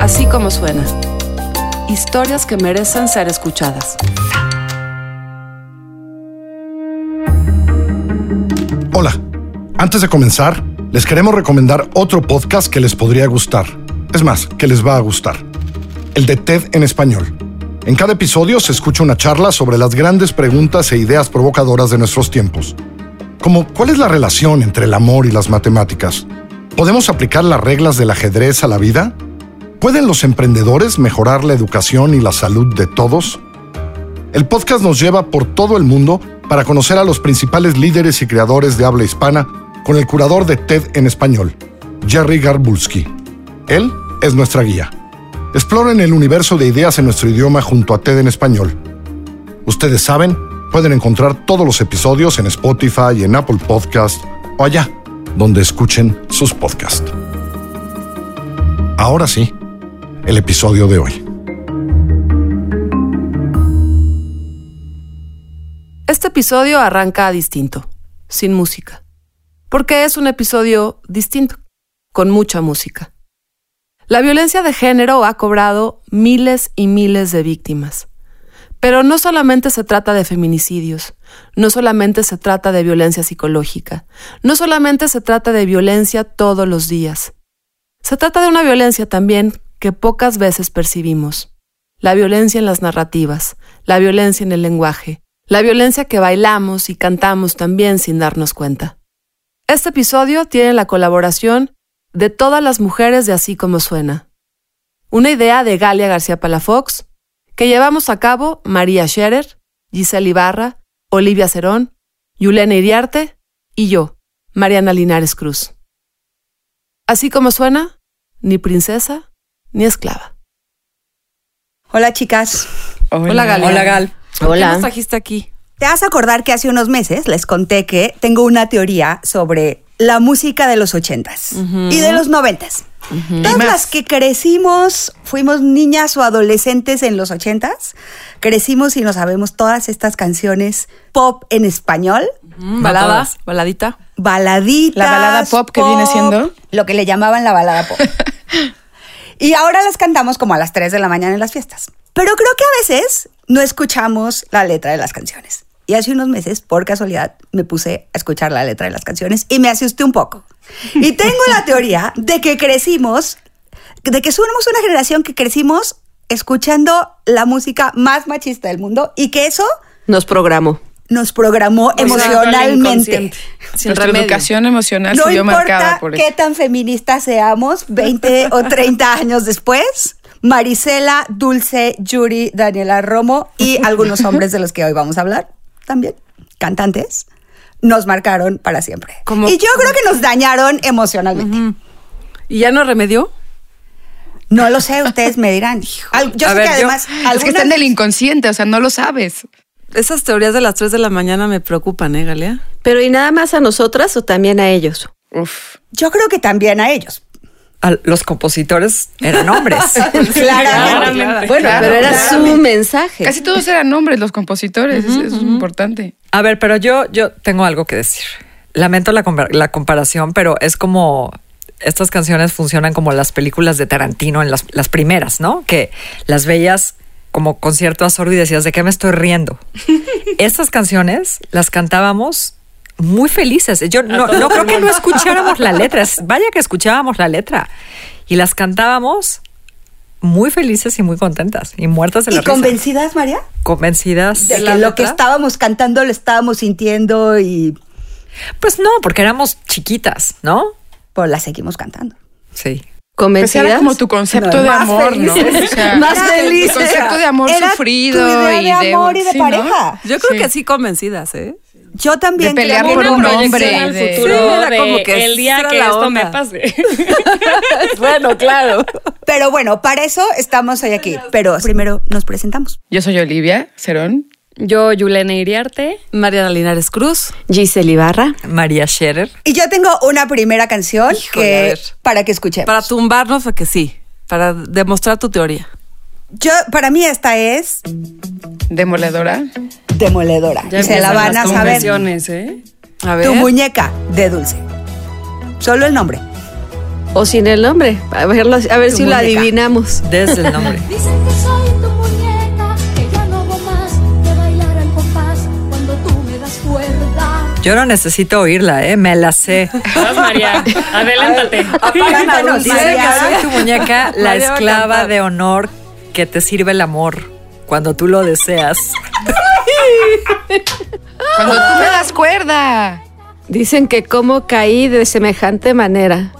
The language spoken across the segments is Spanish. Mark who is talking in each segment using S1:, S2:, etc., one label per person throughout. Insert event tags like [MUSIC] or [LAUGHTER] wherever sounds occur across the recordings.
S1: Así como suena. Historias que merecen ser escuchadas.
S2: Hola, antes de comenzar, les queremos recomendar otro podcast que les podría gustar. Es más, que les va a gustar. El de TED en español. En cada episodio se escucha una charla sobre las grandes preguntas e ideas provocadoras de nuestros tiempos. Como cuál es la relación entre el amor y las matemáticas. ¿Podemos aplicar las reglas del ajedrez a la vida? ¿Pueden los emprendedores mejorar la educación y la salud de todos? El podcast nos lleva por todo el mundo para conocer a los principales líderes y creadores de habla hispana con el curador de TED en español, Jerry Garbulski. Él es nuestra guía. Exploren el universo de ideas en nuestro idioma junto a TED en español. Ustedes saben, pueden encontrar todos los episodios en Spotify, en Apple Podcast o allá, donde escuchen sus podcasts. Ahora sí, el episodio de hoy.
S1: Este episodio arranca distinto, sin música. Porque es un episodio distinto, con mucha música. La violencia de género ha cobrado miles y miles de víctimas. Pero no solamente se trata de feminicidios, no solamente se trata de violencia psicológica, no solamente se trata de violencia todos los días. Se trata de una violencia también que pocas veces percibimos. La violencia en las narrativas, la violencia en el lenguaje, la violencia que bailamos y cantamos también sin darnos cuenta. Este episodio tiene la colaboración de todas las mujeres de Así como suena. Una idea de Galia García Palafox que llevamos a cabo María Scherer, Giselle Ibarra, Olivia Cerón, Yulena Iriarte y yo, Mariana Linares Cruz. Así como suena, ni princesa ni esclava.
S3: Hola chicas.
S1: Hola, Galia.
S4: Hola, Gal.
S1: ¿Por qué nos trajiste aquí?
S3: Te vas a acordar que hace unos meses les conté que tengo una teoría sobre la música de los ochentas y de los noventas. Todas las que crecimos, fuimos niñas o adolescentes en los ochentas, crecimos y nos sabemos todas estas canciones pop en español,
S1: Mm, balada, baladita.
S3: baladitas.
S4: La balada pop que viene siendo.
S3: Lo que le llamaban la balada
S4: [LAUGHS]
S3: pop. y ahora las cantamos como a las 3 de la mañana en las fiestas. Pero creo que a veces no escuchamos la letra de las canciones. Y hace unos meses, por casualidad, me puse a escuchar la letra de las canciones y me asusté un poco.
S4: [LAUGHS]
S3: Y tengo la teoría de que crecimos, de que somos una generación que crecimos escuchando la música más machista del mundo y que eso
S5: Nos programó.
S3: nos programó emocionalmente.
S4: inconsciente.
S1: Sin
S4: Nuestra
S1: remedio.
S4: educación emocional
S3: No
S4: se vio
S3: importa
S4: marcada por
S3: qué
S4: eso.
S3: tan feministas seamos 20 o 30 años después. Marisela, Dulce, Yuri, Daniela Romo y algunos hombres de los que hoy vamos a hablar también, cantantes, nos marcaron para siempre.
S1: Como-
S3: y yo creo que nos dañaron emocionalmente.
S1: ¿Y ya no remedió?
S3: No lo sé, ustedes me dirán.
S4: [LAUGHS]
S3: Al- yo
S1: A
S3: sé
S1: ver,
S3: que
S1: yo-
S3: además...
S4: Es que está en el inconsciente, o sea, no lo sabes.
S1: Esas teorías de las 3 de la mañana me preocupan, ¿eh, Galia?
S5: Pero ¿y nada más a nosotras o también a ellos?
S4: Uf.
S3: Yo creo que también a ellos.
S6: a- los compositores eran hombres.
S3: [LAUGHS] Claramente.
S5: Bueno,
S4: Claro,
S5: pero era
S4: claro.
S5: su mensaje.
S4: Casi todos eran hombres los compositores, eso es importante.
S6: A ver, pero yo, yo tengo algo que decir. Lamento la, compa- la comparación, pero es como estas canciones funcionan como las películas de Tarantino en las, las primeras, ¿no? Que las veías como concierto a sordo y decías, ¿de qué me
S3: [LAUGHS]
S6: estoy riendo? Estas canciones las cantábamos muy felices. Yo no, no creo que no escucháramos
S3: [LAUGHS]
S6: la letra. Es- Vaya que escuchábamos la letra. Y las cantábamos muy felices y muy contentas y muertas de la
S3: ¿Y
S6: risa.
S3: convencidas, María?
S6: convencidas
S3: De que lo que estábamos cantando lo estábamos sintiendo y
S6: Pues no, porque éramos chiquitas, ¿no?
S3: pues la seguimos cantando.
S6: Sí.
S4: Pues era
S5: Convencidas.
S4: como tu concepto
S3: No,
S4: de
S3: más
S4: amor, ¿no?
S3: felices.
S5: Más
S4: tu
S5: felices.
S4: concepto de amor
S3: Era tu
S4: sufrido
S3: idea
S4: y
S3: de
S4: de
S3: amor y de
S4: sí, ¿no?
S3: pareja.
S1: Yo creo
S4: Sí.
S1: que sí convencidas, ¿eh?
S3: Yo
S4: De
S3: también
S4: pelear
S3: creo
S4: por
S3: que-
S4: un
S7: proyección
S4: hombre.
S7: al
S4: de-
S7: futuro
S1: Sí, era
S7: de
S1: como que
S7: el día
S1: esa
S7: que
S1: era la
S7: esto
S1: onda.
S7: me pase.
S1: bueno, claro.
S3: Pero bueno, para eso estamos hoy aquí. Pero primero nos presentamos.
S4: Yo soy Olivia Cerón.
S7: Yo, Yulena Iriarte.
S1: Mariana Linares Cruz.
S5: Giselle Ibarra.
S6: María Scherer.
S3: Y yo tengo una primera canción
S1: Híjole, a
S3: que
S1: ver.
S3: para que escuchemos.
S1: Para tumbarnos a que sí. Para demostrar tu teoría.
S3: Yo para mí esta es
S4: Demoledora.
S3: demoledora. Se la
S7: empiezan
S3: van
S7: las
S3: a saber.
S7: confesiones, ¿eh?
S1: A ver.
S3: Tu muñeca de dulce. Solo el nombre.
S5: O sin el nombre. A, verlo- a ver
S6: Tu
S5: si lo
S6: muñeca.
S5: adivinamos.
S6: Desde el nombre.
S8: Dicen que soy tu muñeca, que ya no hago más que bailar al compás cuando tú me das cuerda.
S6: Yo no necesito oírla, ¿eh? Me la sé.
S7: Vas, María. Adelántate.
S3: apártanos,
S6: Dice que soy tu muñeca, la
S5: María va a
S6: esclava
S5: cantar.
S6: de honor que te sirve el amor cuando tú lo deseas.
S4: Cuando tú me das cuerda.
S5: Dicen que cómo caí de semejante manera.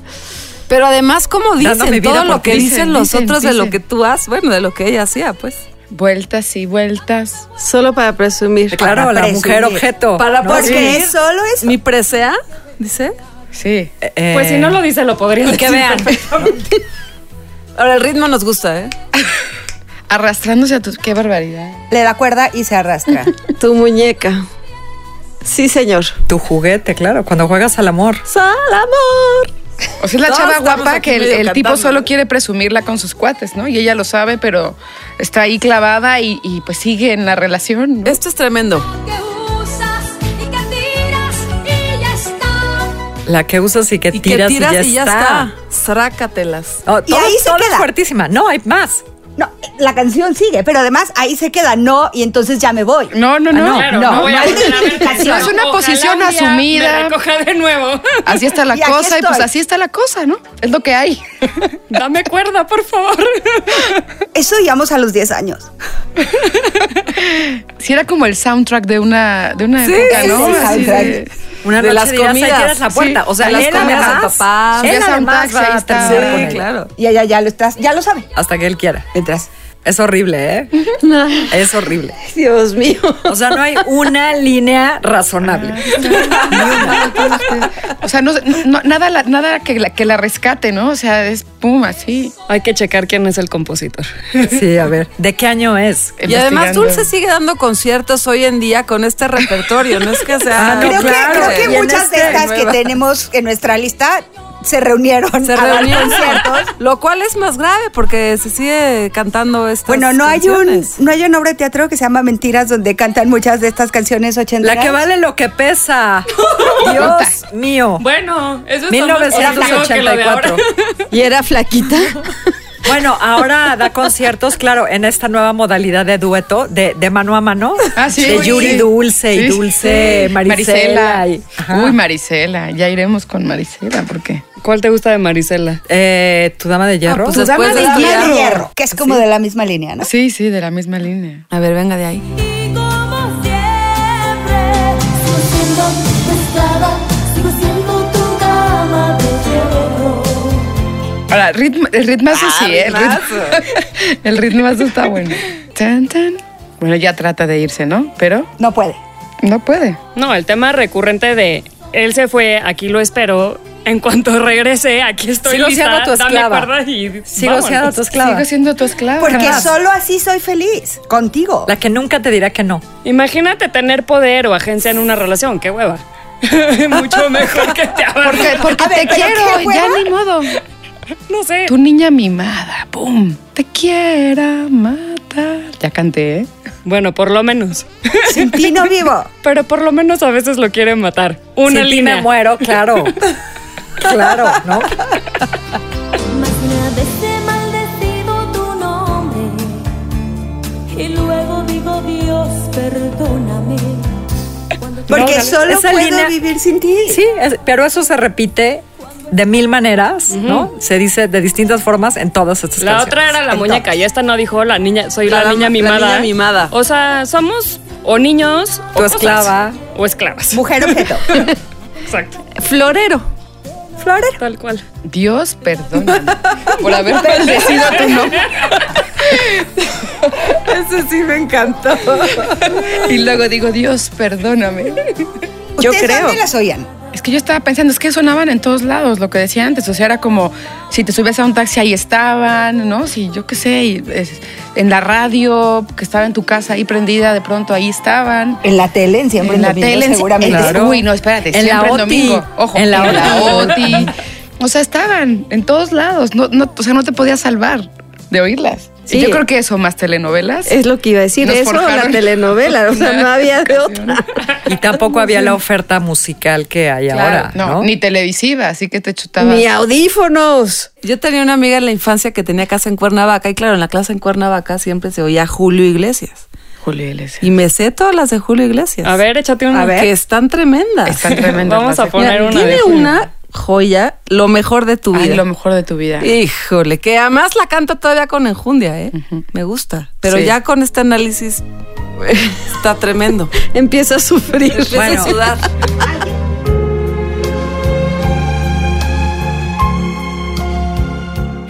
S1: Pero además, como
S6: Dando mi
S1: dicen
S6: vida
S1: todo
S6: por
S1: lo que
S6: ti.
S1: dicen,
S4: Dicen,
S1: los
S4: dicen,
S1: otros de lo
S4: dicen.
S1: que tú haces, bueno, de lo que ella hacía, pues.
S4: Vueltas y vueltas.
S5: Solo para presumir.
S6: Claro, la
S3: presumir.
S6: mujer objeto.
S1: Para
S6: ¿no?
S3: Porque
S1: presumir.
S3: es solo eso.
S1: Mi presea, dice.
S4: Sí.
S6: Eh,
S7: Pues si no lo dice, lo podría decir.
S1: Que vean. Ahora el ritmo nos gusta, ¿eh?
S4: Arrastrándose a tus. Qué barbaridad.
S3: Le da cuerda y se arrastra.
S5: Tu muñeca. Sí, señor.
S6: Tu juguete, claro, cuando juegas al amor.
S5: Salamor.
S4: O sea, es la
S1: Todos
S4: chava
S1: estamos
S4: guapa
S1: aquí
S4: que el,
S1: medio
S4: el tipo
S1: cantando,
S4: solo
S1: ¿no?
S4: quiere presumirla con sus cuates, ¿no? Y ella lo sabe, pero está ahí clavada y, y, pues sigue en la relación. ¿no?
S1: Esto es tremendo.
S8: Que usas y que tiras y ya está.
S6: La que usas y que
S1: Y
S6: tiras,
S1: que tiras
S6: y ya, está.
S1: Zrácatelas.
S6: Oh,
S3: Y
S6: todo-
S3: ahí se
S6: todo
S3: queda.
S6: es fuertísima. No, hay más.
S3: No, la canción sigue, pero además ahí se queda no y entonces ya me voy.
S4: No, no, no.
S7: Claro,
S3: no,
S7: Ah, no, voy a
S3: no hay
S7: volver a ver.
S3: explicación.
S4: Es una
S7: [LAUGHS] Ojalá
S4: posición
S7: un día
S4: asumida.
S7: Me recoja de nuevo.
S4: [LAUGHS] Así está la
S3: Y aquí
S4: cosa y pues
S3: estoy.
S4: así está la cosa, ¿no? Es lo que hay.
S7: [LAUGHS] Dame cuerda,
S4: [LAUGHS]
S7: por favor.
S3: Eso íbamos a los 10 años.
S4: Si era como el soundtrack de una de una
S1: Sí,
S4: época,
S1: sí,
S4: ¿no?
S3: sí,
S4: Así
S3: soundtrack.
S4: de-
S6: Una
S1: De
S6: noche
S1: las
S6: dirás, ahí
S1: comidas.
S6: tienes la puerta.
S1: Sí.
S6: O sea,
S1: De las
S6: él
S1: comidas
S6: además-
S1: de papás.
S6: él
S4: Subías a un
S6: además
S4: taxi,
S6: va a
S4: ahí está.
S6: terminar
S4: Sí,
S6: con él.
S1: claro.
S3: Y ella ya lo estás, ya lo sabe.
S6: Hasta que él quiera.
S3: Mientras.
S6: Es horrible, ¿eh? Es horrible.
S5: Dios mío.
S6: O sea, no hay una línea razonable.
S4: O sea, no, no- nada, la- nada que, la, que la rescate, ¿no? O sea, es pum, así.
S7: Hay que checar quién es el compositor.
S6: Sí, a ver. ¿De qué año es?
S1: Y además
S4: investigando.
S1: Dulce sigue dando conciertos hoy en día con este repertorio, no es que sea...
S6: Ah, no,
S3: Creo,
S6: claro.
S3: que, creo que
S6: Y en
S3: muchas de
S6: este
S3: estas
S6: nueva.
S3: que tenemos en nuestra lista se reunieron.
S1: se
S3: a dar
S1: reunieron
S3: conciertos.
S1: Lo cual es más grave porque se sigue cantando estas
S3: Bueno, no hay, un,
S1: canciones.
S3: no hay una obra de teatro que se llama Mentiras donde cantan muchas de estas canciones ochenteras.
S6: La que vale lo que pesa. Dios mío.
S7: Bueno, eso es lo
S6: 1984.
S7: de ahora.
S5: Y era flaquita.
S6: Bueno, ahora da conciertos, claro, en esta nueva modalidad de dueto, de, de mano a mano.
S4: Ah, sí.
S6: De Yuri
S4: Sí.
S6: Dulce y
S4: Sí.
S6: Dulce Maricela. y- Ajá.
S4: Uy, Marisela. Ya iremos con Marisela, porque.
S7: ¿Cuál te gusta de Marisela?
S6: Eh, ¿Tu dama de hierro?
S1: pues después de
S3: Dama de
S1: hierro.
S3: hierro, que es como de la misma línea, ¿no?
S4: Sí, sí, de la misma línea.
S1: A ver, venga de ahí.
S8: Y como siempre, sigo siendo tu esclava, sigo siendo tu cama de hierro.
S4: Ahora, ritmo, el ritmazo sí, eh, el ritmo. [LAUGHS] El ritmazo está bueno. Tan, tan. Bueno, ya trata de irse, ¿no? Pero
S3: No puede.
S6: Ah,
S4: no puede.
S7: No, el tema recurrente de él se fue, aquí lo espero. En cuanto regrese, aquí estoy
S6: Sigo
S7: lista.
S6: siendo tu
S7: dame
S6: esclava.
S7: cuerda y
S6: Sigo siendo
S7: vámonos.
S6: tu esclava.
S4: Sigo siendo tu esclava.
S3: Porque solo así soy feliz contigo.
S6: La que nunca te dirá que no.
S7: Imagínate tener poder o agencia en una relación, qué hueva. [LAUGHS] Mucho mejor que te abarque.
S4: Porque, porque
S3: A ver,
S4: te
S3: ¿pero
S4: quiero,
S3: qué
S4: ya
S3: hueva?
S4: ni modo.
S7: No sé.
S4: Tu niña mimada, ¡pum! Te quiera matar. Ya canté, ¿eh?
S7: Bueno, por lo menos.
S3: Sin ti no
S6: [LAUGHS]
S3: vivo.
S7: Pero por lo menos a veces lo quieren matar. Una
S6: Sin ti
S7: línea.
S6: me muero,
S7: [LAUGHS]
S6: claro. claro, ¿no?
S8: Más de una vez he maldecido tu nombre y luego digo Dios perdóname.
S3: Porque
S6: No,
S3: solo
S6: esa
S3: puedo
S6: línea-
S3: vivir sin ti.
S6: Sí, es- pero eso se repite de mil maneras, ¿no? Se dice de distintas formas en todas estas
S7: La
S6: canciones.
S7: otra era la muñeca y esta no dijo la niña, soy
S1: La
S7: la,
S1: dama-
S7: niña
S1: la
S7: mimada.
S1: niña mimada.
S7: O sea, somos o niños
S6: Tu
S7: o cosas.
S6: esclava.
S7: o esclavas.
S3: Mujer
S6: [LAUGHS]
S3: objeto.
S7: Exacto.
S5: Florero.
S3: Florer.
S7: Tal cual.
S4: Dios
S1: [LAUGHS]
S4: perdóname por haber bendecido tu nombre.
S1: Ese sí me encantó.
S4: Y luego digo, Dios perdóname.
S3: Yo
S6: creo.
S3: dónde las oían?
S4: Es que yo estaba pensando, es que sonaban en todos lados lo que decía antes. O sea, era como si te subías a un taxi, ahí estaban, ¿no? Si yo qué sé, y, es- en la radio, que estaba en tu casa ahí prendida, de pronto ahí estaban.
S3: En la tele, en siempre
S4: en la
S3: domingo,
S4: tele, en-
S3: seguramente.
S4: en- uy, no, espérate,
S6: En la
S4: siempre en
S6: OTI.
S4: domingo. Ojo,
S6: En la
S4: OTI. O sea, estaban en todos lados. No, no, o sea, no te podías salvar de oírlas.
S5: Sí.
S4: Yo creo que eso, más telenovelas.
S5: Es lo que iba a decir,
S4: Nos
S5: eso o la
S4: forjaron.
S5: telenovela, o sea, no había
S7: [LAUGHS]
S5: de
S4: Canción.
S5: otra.
S6: Y tampoco había la oferta musical que hay ahora.
S4: no,
S6: No,
S4: ni televisiva, así que te chutabas.
S5: Ni audífonos.
S1: Yo tenía una amiga en la infancia que tenía casa en Cuernavaca y claro, en la clase en Cuernavaca siempre se oía Julio Iglesias.
S4: Julio Iglesias.
S1: Y me sé todas las de Julio Iglesias.
S7: A ver, échate una.
S1: A ver. que están tremendas.
S4: Están tremendas
S7: Vamos
S4: las
S7: a
S4: de-
S7: poner
S1: Mira,
S7: una.
S1: Tiene
S7: de Julio.
S1: una joya, lo mejor de tu
S4: Ay,
S1: vida.
S4: lo mejor de tu vida.
S1: Híjole, que además la canto todavía con enjundia, ¿eh? Me gusta. Pero
S4: Sí.
S1: ya con este análisis [LAUGHS] está
S4: [LAUGHS]
S1: tremendo.
S5: Empieza a sufrir.
S1: Empiezo
S6: Bueno.
S1: a sudar.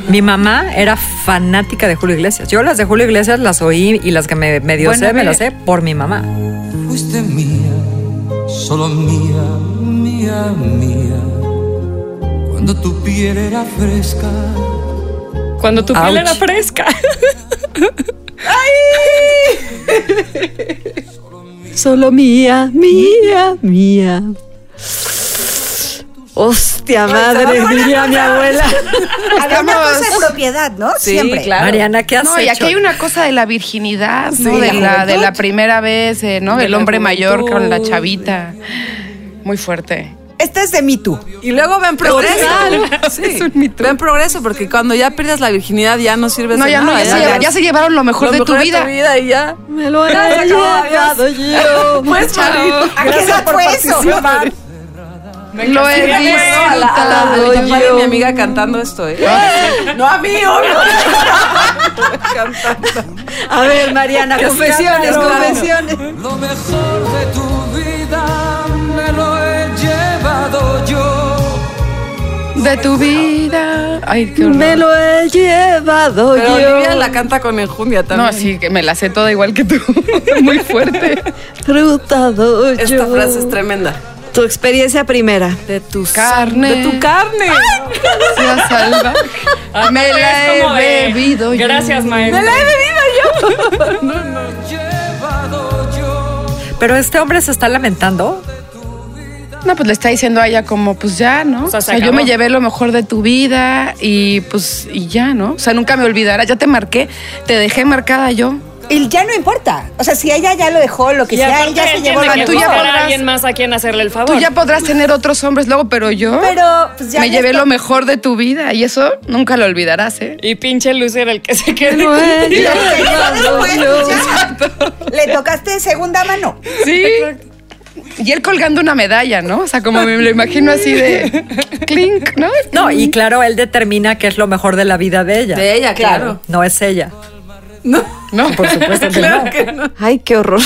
S6: Mi mamá era fanática de Julio Iglesias. Yo las de Julio Iglesias las oí y las que me, me dio
S4: Bueno,
S6: sé, me
S4: me-
S6: las sé por mi mamá.
S9: Fuiste mía, solo mía, mía, mía. Cuando tu piel era fresca.
S7: Cuando tu piel
S6: Ouch.
S7: era fresca.
S5: Solo mía, mía, mía. Hostia madre, diría mi abuela.
S3: Había una cosa pues de propiedad, ¿no? Siempre.
S6: Mariana, ¿qué has
S4: No, y
S6: hecho?
S4: aquí hay una cosa de la virginidad, ¿no?
S3: Sí, la
S4: de, la, de
S3: juventud.
S4: la primera vez, eh, ¿no?
S1: De
S4: Del
S1: la
S4: hombre mayor con la
S1: juventud.
S4: chavita. Muy fuerte.
S3: Esta Este es de Me Too.
S1: Y luego ven progreso. Sí. Ven progreso, porque cuando ya pierdes la virginidad ya Pues no sirves
S4: No,
S1: de
S4: ya no,
S1: nada.
S4: ya, se, lleva- ya se llevaron lo mejor
S1: Lo
S4: de tu
S1: mejor
S4: vida.
S1: y
S4: [LAUGHS]
S1: ya.
S5: Me lo he llevado yo.
S1: Pues, Mario.
S3: ¿A qué edad fue eso?
S4: Lo he
S1: A la, a la- al
S4: disfrutado.
S1: papá de mi amiga cantando esto, ¿eh?
S4: Ah.
S1: No a mí, obvio. Cantando.
S5: A ver, Mariana, confesiones,
S1: escándalo.
S5: confesiones.
S9: Lo mejor de tu vida me lo he llevado yo.
S4: De tu vida. Ay, qué horror.
S5: Me lo he llevado
S1: Pero
S5: yo.
S1: Olivia la canta con enjundia también.
S4: No, sí, que me la sé toda igual que tú. [LAUGHS] Muy fuerte.
S5: Frutado
S1: Esta
S5: yo.
S1: frase es tremenda.
S5: Tu experiencia primera.
S1: De tus
S4: Carne.
S1: De tu carne.
S4: Sea salvaje.
S7: Ah,
S4: Me
S7: pero
S4: la
S7: es como
S4: he
S7: de,
S4: bebido yo.
S7: Gracias, maestro.
S6: Pero este hombre se está lamentando.
S4: No, pues le está diciendo a ella como, pues ya, ¿no? O
S7: sea,
S4: sea,
S7: se
S4: yo
S7: acabó.
S4: me llevé lo mejor de tu vida y pues y ya, ¿no? O sea, nunca me olvidarás, ya te marqué, te dejé marcada yo.
S3: Y ya no importa. O sea, si ella ya lo dejó, lo que
S7: Y
S3: sea,
S7: aparte
S3: ella se
S7: él
S3: llevó
S7: tiene
S3: la
S7: que
S4: tú ya
S7: buscar
S4: podrás-
S7: a alguien más a quien hacerle el favor.
S4: Tú ya podrás tener otros hombres luego, pero yo
S3: Pero pues ya
S4: me
S3: no
S4: llevé
S3: está-
S4: lo mejor de tu vida y eso nunca lo olvidarás, ¿eh?
S7: Y pinche Luz era el que se quedó.
S5: Lo he [LAUGHS]
S3: Ya,
S5: llevado
S3: después,
S5: yo.
S3: ya. Le tocaste de segunda mano.
S4: Sí. Y él colgando una medalla, ¿no? O sea, como me lo imagino así de clink, ¿no?
S6: No, y claro, él determina que es lo mejor de la vida de ella.
S1: De ella, claro.
S6: No es ella. Pues
S4: No, por supuesto que
S1: Claro que no.
S5: Ay, qué horror.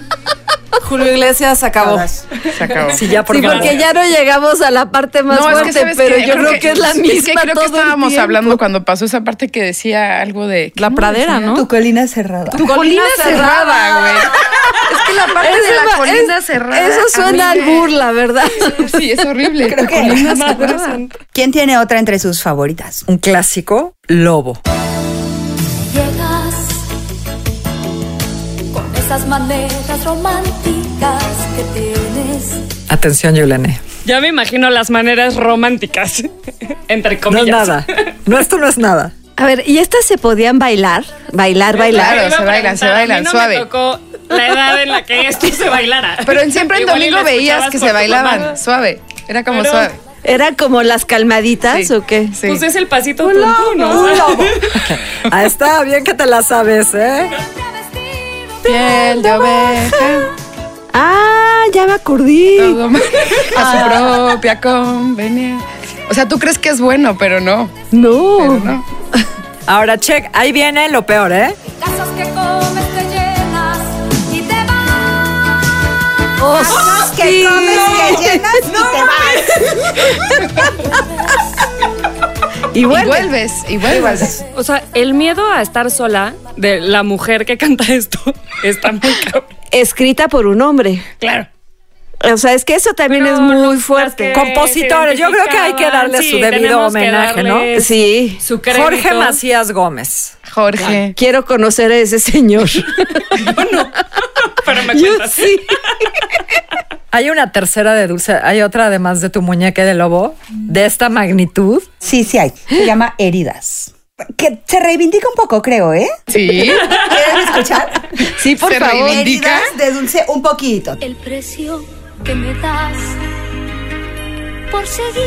S1: [LAUGHS] Julio Iglesias acabó.
S4: Se acabó.
S6: Sí, ya por
S5: Sí,
S6: favor.
S5: porque ya no llegamos a la parte más fuerte,
S4: ¿sabes
S5: pero
S4: qué?
S5: yo creo que, es la misma.
S4: creo
S5: todo
S4: que
S5: el
S4: estábamos
S5: tiempo.
S4: hablando cuando pasó esa parte que decía algo de
S1: La pradera, ¿no?
S3: Tu colina cerrada.
S4: Tu colina cerrada, güey. Es que la parte de
S5: Esa-
S4: la colina
S5: es-
S4: cerrada.
S5: Eso suena
S4: a mí
S5: al
S4: me-
S5: burla, ¿verdad?
S4: Sí, es horrible.
S3: Creo
S4: Tu
S3: que-
S4: colina
S7: Madre
S4: cerrada.
S7: santa.
S3: ¿Quién tiene otra entre sus favoritas?
S6: Un clásico, Lobo.
S8: Llegas con esas maneras románticas que tienes.
S6: Atención, Yulene.
S7: Ya me imagino las maneras románticas. [LAUGHS] Entre
S6: No
S7: comillas.
S6: es nada. No, esto no es nada.
S5: A ver, ¿y estas se podían bailar? Bailar, bailar.
S4: Claro,
S7: Iba a
S4: se bailan, se
S7: preguntar, a mí
S4: bailan,
S7: no
S4: suave.
S7: Me tocó la edad en la que esto se bailara.
S4: Pero en siempre en
S7: Igual y
S4: domingo
S7: la
S4: veías
S7: escuchabas
S4: que
S7: con
S4: se
S7: tu
S4: bailaban.
S7: mamá.
S4: Suave. Era como
S7: Pero-
S4: suave.
S5: ¿Eran como las calmaditas
S4: Sí.
S5: o qué?
S4: Sí.
S7: Pues es el pasito pum, pum, ¿no? O sea,
S6: [LAUGHS] Ahí está, bien que te la sabes, ¿eh?
S4: Piel de oveja.
S5: Ah, ya me acordé.
S4: todo [LAUGHS] A su propia conveniencia. O sea, tú crees que es bueno, pero no. Pero
S5: No.
S4: no.
S6: Ahora, check, ahí viene lo peor, ¿eh?
S8: Casas que comes te llenas y te vas.
S3: Cosas que comes, que llenas y te vas. [LAUGHS]
S5: Y
S4: Y
S5: bueno,
S4: vuelves, y vuelves.
S7: o sea, el miedo a estar sola de la mujer que canta esto está muy cabrón.
S5: escrita por un hombre.
S7: Claro.
S5: O sea, es que eso también
S7: Pero
S5: es muy
S7: los-
S5: fuerte.
S7: las que
S6: Compositores,
S7: se
S6: yo creo que hay que darle
S7: identificaban,
S6: su debido
S7: tenemos que
S6: homenaje, ¿no?
S7: darles
S5: Sí.
S7: Su crédito.
S6: Jorge Macías Gómez.
S4: Jorge.
S5: Quiero conocer a ese [LAUGHS] señor.
S7: Pero me
S5: Yo
S7: cuentas.
S5: sí.
S6: Hay una tercera de Dulce, hay otra además de tu muñeca de lobo, de esta magnitud.
S3: Sí, sí hay. Se llama Heridas. que se reivindica un poco, creo, ¿eh?
S4: Sí.
S3: ¿Quieren escuchar?
S4: Sí, por
S3: Se
S4: favor.
S3: reivindica. Heridas de dulce un poquito.
S8: El precio que me das por seguir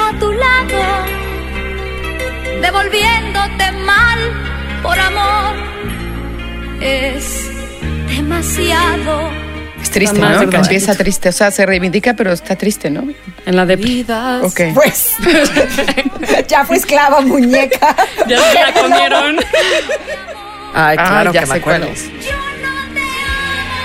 S8: a tu lado, devolviéndote mal por amor, es demasiado.
S4: Es triste,
S7: Mamá,
S4: ¿no?
S7: ¿verdad?
S4: Empieza triste. O sea, se reivindica, pero está triste, ¿no?
S7: En la de
S1: Vidas.
S4: Ok.
S3: Pues ya fue esclava, muñeca.
S7: Ya se
S4: [LAUGHS]
S7: la comieron.
S6: Ay,
S4: Ah,
S6: claro
S4: ya
S6: que me
S4: sé cuál
S6: acuerdo.
S4: es.
S8: Yo no te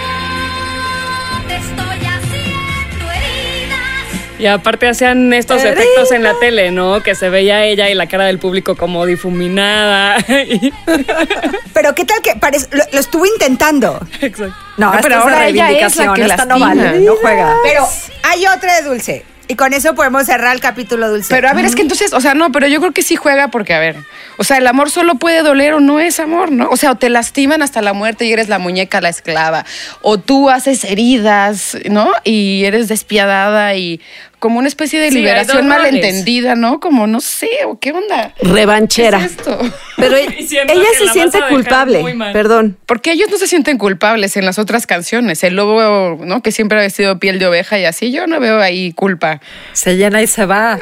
S8: amo, te estoy haciendo heridas.
S7: Y aparte hacían estos efectos en la tele, ¿no? Que se veía ella y la cara del público como difuminada. [LAUGHS] Y-
S3: Pero qué tal que parece, lo, lo estuvo intentando.
S7: Exacto.
S6: No, esta
S4: pero
S6: es una
S4: ahora ella es la
S6: reivindicación.
S4: que
S6: esta no
S4: lastima.
S6: vale, no juega.
S3: Pero hay otra de dulce. Y con eso podemos cerrar el capítulo dulce.
S4: Pero a ver, es que entonces, o sea, no, pero yo creo que sí juega porque, a ver, o sea, el amor solo puede doler o no es amor, ¿no? O sea, o te lastiman hasta la muerte y eres la muñeca, la esclava, o tú haces heridas, ¿no? Y eres despiadada y como una especie de
S7: Sí, hay
S4: liberación
S7: dos roles.
S4: malentendida, ¿no? Como no sé, o qué onda.
S5: Revanchera.
S4: ¿Qué es esto? [LAUGHS]
S5: Pero
S7: [LAUGHS]
S5: e-,
S7: Y siento
S5: ella
S7: que la
S5: se
S7: vas
S5: siente
S7: a dejar muy
S5: culpable.
S7: mal.
S5: Perdón.
S4: Porque ellos no se sienten culpables en las otras canciones. El lobo, ¿no? Que siempre ha vestido piel de oveja y así, yo no veo ahí culpa.
S6: Se llena y se va.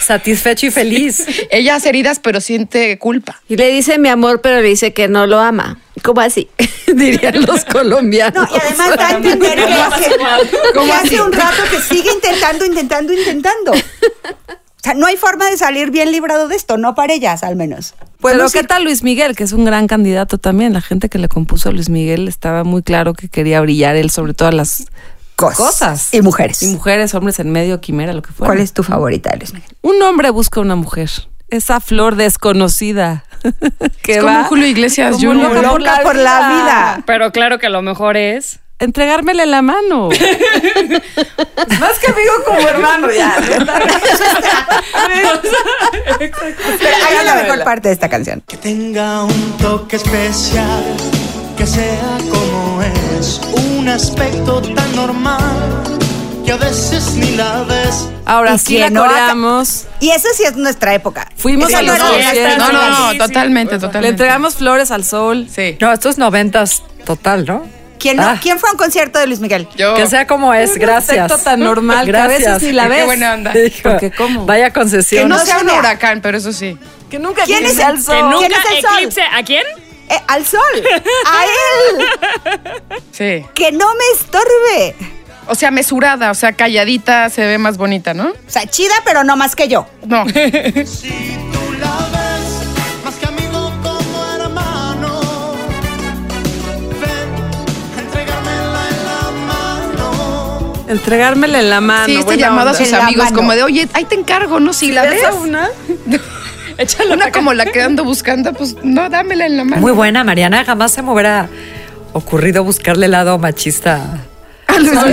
S6: Satisfecho y feliz.
S4: Ella hace heridas, pero siente culpa.
S5: Y le dice mi amor, pero le dice que no lo ama. ¿Cómo así? [LAUGHS]
S7: [LAUGHS]
S5: Dirían los
S3: No,
S5: colombianos.
S3: y además da a entender que hace,
S4: ¿Cómo
S3: que
S4: así?
S3: hace un rato que sigue intentando, intentando, intentando. O sea, no hay forma de salir bien librado de esto, no para ellas al menos.
S1: Pero
S3: Podemos
S1: ¿qué
S3: ir-
S1: tal Luis Miguel? Que es un gran candidato también. La gente que le compuso a Luis Miguel estaba muy claro que quería brillar él sobre todas las
S3: Cosas.
S1: cosas.
S3: Y mujeres.
S1: Y mujeres, hombres en medio, quimera, lo que fuera.
S3: ¿Cuál es tu favorita de Luis Miguel?
S1: Un hombre busca una mujer. Esa flor desconocida. [LAUGHS] que
S4: Es como
S1: va
S4: un Julio Iglesias
S1: como
S4: Junior.
S1: loca por, la,
S3: Loca por la
S1: vida.
S3: vida.
S7: Pero claro que lo mejor es
S1: Entregármele la mano. [LAUGHS]
S6: Más que amigo como hermano,
S3: [LAUGHS]
S6: ya.
S3: Pero hay la mejor parte de esta canción.
S10: Que tenga un toque especial, que sea como es, un aspecto tan normal que a veces ni la ves.
S1: Ahora
S3: Y
S1: sí la
S3: quien no la-
S1: coreamos.
S3: Y eso sí es nuestra época.
S1: Fuimos
S3: Esa
S1: a los
S3: no era
S1: conciertos.
S3: nuestra
S4: No,
S3: época.
S4: no,
S7: Sí, sí,
S4: no, totalmente,
S7: sí.
S4: totalmente.
S1: Le entregamos flores al sol.
S4: Sí.
S6: No, estos noventas total, ¿no?
S3: ¿Quién, no-
S6: Ah.
S3: ¿Quién fue a un concierto de Luis Miguel?
S4: Yo.
S6: Que sea como es,
S1: Un
S6: gracias.
S1: aspecto tan normal que a veces ni la
S4: Qué
S1: ves.
S4: buena onda.
S6: Hijo,
S1: Porque cómo.
S6: Vaya
S4: Que
S6: concesión.
S4: no
S3: no
S4: sea
S3: se
S4: un
S3: vea.
S4: huracán, pero eso sí.
S1: Que nunca
S3: ¿Quién
S1: eclipse
S3: es el-
S1: al sol.
S7: que nunca
S3: ¿Quién es el sol?
S7: eclipse. ¿A quién?
S3: Eh, al sol. A él.
S4: Sí.
S3: Que no me estorbe.
S4: O sea, mesurada, o sea, calladita, se ve más bonita, ¿no?
S3: O sea, chida, pero no más que yo.
S4: No.
S10: Si tú la ves, más que amigo como hermano, ven, entregármela en la mano.
S1: Entregármele la
S6: Ah,
S1: mano.
S4: sí, este
S1: buena
S4: llamado a
S1: onda.
S4: sus
S3: En la
S4: amigos,
S3: mano.
S4: como de, oye, ahí te encargo, ¿no? Si la ves.
S1: una?
S7: Échalo
S4: Una
S7: acá.
S4: como la que ando buscando, pues no, dámela en la mano. [LAUGHS]
S6: Muy buena, Mariana. Jamás se me hubiera ocurrido buscarle el lado machista.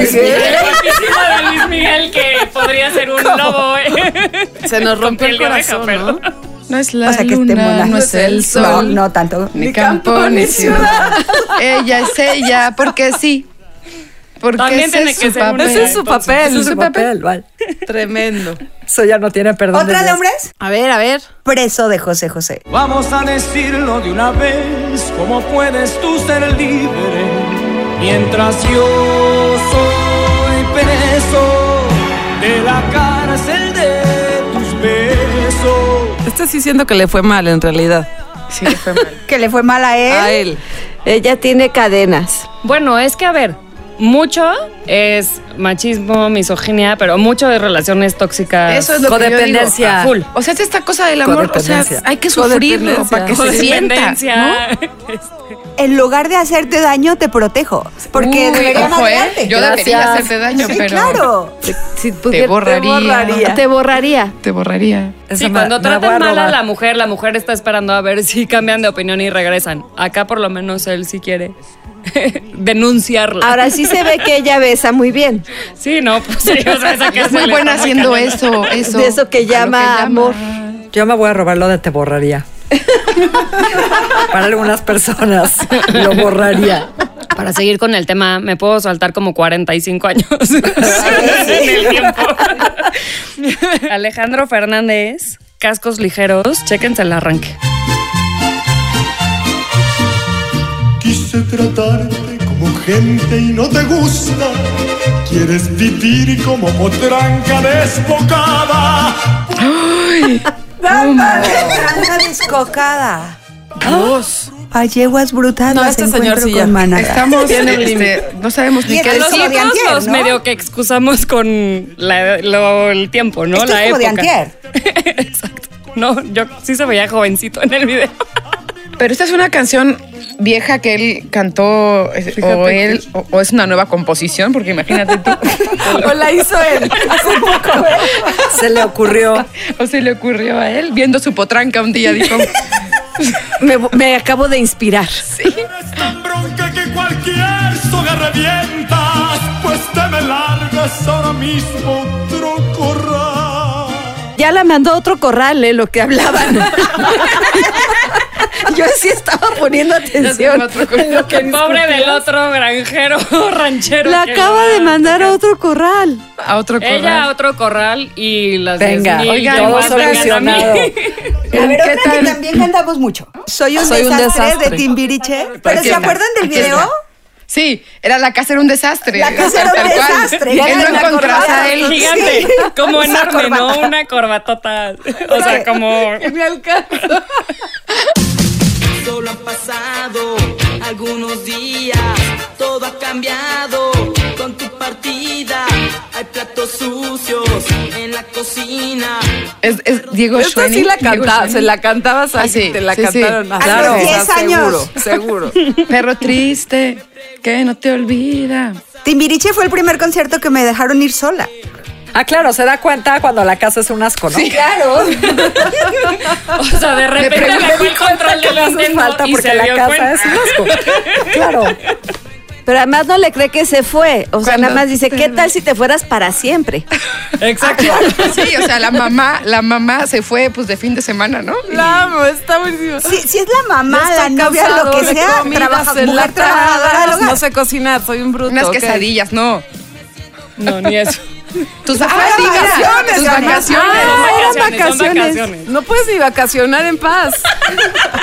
S7: Encima de Luis Miguel que podría ser un lobo. ¿eh?
S1: Se nos rompió el
S7: piel de oveja,
S1: corazón,
S7: pero-
S1: ¿no?
S4: No es la
S3: o sea, que esté
S4: luna,
S3: mona.
S4: no es el sol.
S3: No, no tanto.
S4: Ni campo, ni ciudad. [LAUGHS] ella es ella, porque sí. Porque
S7: También
S4: ese
S7: tiene
S4: es
S7: que
S4: su
S7: ser una-
S4: papel.
S1: Ese es su
S7: Entonces,
S1: papel.
S6: Su papel, vale.
S1: Tremendo.
S6: Eso ya no tiene perdón.
S3: ¿Otra de
S6: Dios.
S3: hombres?
S1: A ver, a ver.
S3: Preso de José José.
S9: Vamos a decirlo de una vez, ¿cómo puedes tú ser libre? Mientras yo soy preso de la cárcel de tus besos.
S1: Este sí siento que le fue mal en realidad.
S4: Sí, fue mal.
S3: Que le fue mal a él.
S1: A él.
S5: Ella tiene cadenas.
S7: Bueno, es que a ver, mucho es machismo, misoginia, pero mucho de relaciones tóxicas.
S4: Eso es lo que yo digo.
S6: Codependencia.
S7: A full.
S4: Ah. O sea, es esta cosa del amor, o sea,
S6: Codependencia.
S4: hay que sufrirlo
S1: Codependencia.
S4: para que se sienta, ¿no?
S7: Codependencia.
S3: En lugar de hacerte daño, te protejo. Porque
S4: Uy,
S3: debería
S4: ojo, ¿eh?
S3: madrearte.
S4: Yo debería
S6: Gracias.
S4: hacerte daño,
S3: Sí,
S4: pero
S3: claro.
S5: Si
S4: te
S5: pudiera-
S4: borraría.
S5: Te borraría.
S4: Te borraría.
S6: Esa
S7: Sí,
S6: me-
S7: cuando
S6: me la voy
S7: tratan mal a
S6: robar.
S7: la mujer, la mujer está esperando a ver [LAUGHS] si cambian de opinión y regresan. Acá por lo menos él sí quiere [LAUGHS] denunciarla.
S3: Ah.
S5: Ahora sí se ve que ella besa muy bien.
S7: Sí, no, pues sí, o sea, esa que
S4: Es
S7: se
S4: muy
S7: le
S4: buena
S7: está
S4: haciendo
S7: marcando.
S4: eso, eso.
S5: De eso que
S4: a lo
S5: llama amor.
S6: Yo me voy a robar lo de te borraría. Para algunas personas lo borraría.
S7: Para seguir con el tema, me puedo saltar como 45 años [LAUGHS] en el tiempo. Alejandro Fernández, cascos ligeros, chéquense el arranque.
S11: quise tratarte como gente y no te gusta. Quieres vivir como potranca desbocada.
S3: Dama de una descocada.
S4: Dos.
S3: Pa' yeguas brutales.
S1: No, este señor
S3: encuentro
S1: sí ya.
S3: con Mánaga.
S4: Estamos
S1: Tiene
S4: este,
S1: un límite.
S4: no sabemos
S3: Y
S4: ni
S3: este
S4: qué
S3: es
S7: Los
S3: como de
S4: decir.
S7: hijos
S3: antier,
S7: los
S3: ¿no?
S7: medio que excusamos con la- lo- el tiempo, ¿no?
S3: Esto
S7: la
S3: es como de
S7: época.
S3: antier.
S7: Exacto. No, yo sí se veía jovencito en el video.
S4: Pero esta es una canción vieja que él cantó es- o
S7: Fíjate
S4: él o, o es una nueva composición porque imagínate tú
S1: O la hizo él hace poco.
S6: Se le ocurrió.
S4: o se le ocurrió a él viendo su potranca un día dijo
S5: Me, me acabo de inspirar.
S11: Eres tan bronca que cualquier soga revientas, pues te me largas ahora mismo, trocorral.
S5: Ya la mandó a otro corral, ¿eh? Lo que
S7: [LAUGHS]
S5: hablaban. Yo sí estaba poniendo atención.
S7: El pobre del otro granjero [LAUGHS] ranchero.
S5: La
S7: que
S5: acaba
S7: lo
S5: de
S7: van
S5: mandar a
S7: sacar.
S5: otro corral.
S4: [LAUGHS] a otro corral.
S7: Ella a otro corral y las
S6: Venga,
S7: 10,000
S4: oigan,
S7: llamadas
S4: todo
S7: me ganan a mí.
S6: solucionado.
S3: A ver,
S4: ¿Qué
S3: otra que
S4: tal?
S3: también cantamos mucho. Soy un,
S1: Soy un
S3: desastre,
S1: desastre.
S3: de Timbiriche. Pero
S4: Aquí
S3: ¿se
S4: está,
S3: acuerdan del
S4: aquí está.
S3: video?
S4: Sí, era la casa era un desastre.
S3: La casa era un
S4: Tal cual.
S3: desastre.
S4: Él
S3: Ya
S4: no
S3: era una
S4: encontraba
S3: corbata.
S4: a él.
S7: [LAUGHS] Gigante,
S3: Sí.
S7: como
S3: Una
S7: enorme, ¿no?
S3: corbata.
S7: Una corbatota. O sea, como.
S12: Solo han pasado algunos días, todo ha cambiado con tu partida. Hay platos sucios en la cocina.
S4: Es, es Diego
S1: Esta sí
S4: Schoening,
S1: la
S4: Diego
S1: cantaba,
S4: Schoening.
S1: se la cantabas
S4: Ah,
S1: así,
S4: sí,
S1: te la
S4: sí, sí.
S1: cantaron
S4: Hace
S1: Claro,
S3: 10 años.
S1: Seguro, seguro.
S4: Perro triste, que no te olvida.
S3: Timbiriche fue el primer concierto que me dejaron ir sola.
S6: Ah, claro, se da cuenta cuando la casa es un asco, ¿no?
S3: Claro.
S7: O sea, de repente
S6: Pero
S7: le fue el control
S6: que
S7: del
S6: le hace
S7: Nintendo
S6: falta
S7: y
S6: porque
S7: se
S6: la
S7: dio
S6: casa
S7: cuenta.
S6: es un asco. Claro.
S5: Pero además no le cree que se fue. O sea,
S4: Cuando
S5: nada más dice,
S4: te
S5: ¿qué
S4: ve-
S5: tal si te fueras para siempre?
S7: Exacto.
S4: Ah, Sí, o sea, la mamá, la mamá se fue pues de fin de semana, ¿no?
S1: La amo, está buenísimo.
S3: Si, si es la mamá,
S1: Ya
S3: la
S1: estoy
S3: novia,
S1: cansado
S3: lo que
S1: de
S3: sea,
S1: comidas
S3: trabaja, mujer
S1: enlatadas,
S3: trabajadora del hogar.
S1: No sé cocinar, soy un bruto.
S4: Unas
S1: ok.
S4: quesadillas, no.
S7: [LAUGHS] No, ni eso.
S4: Tus
S3: fueron
S4: diga,
S3: vacaciones,
S4: tus
S3: Dani.
S4: vacaciones.
S1: Ah,
S7: Son
S1: eran
S7: son
S1: vacaciones. No puedes ni vacacionar en paz.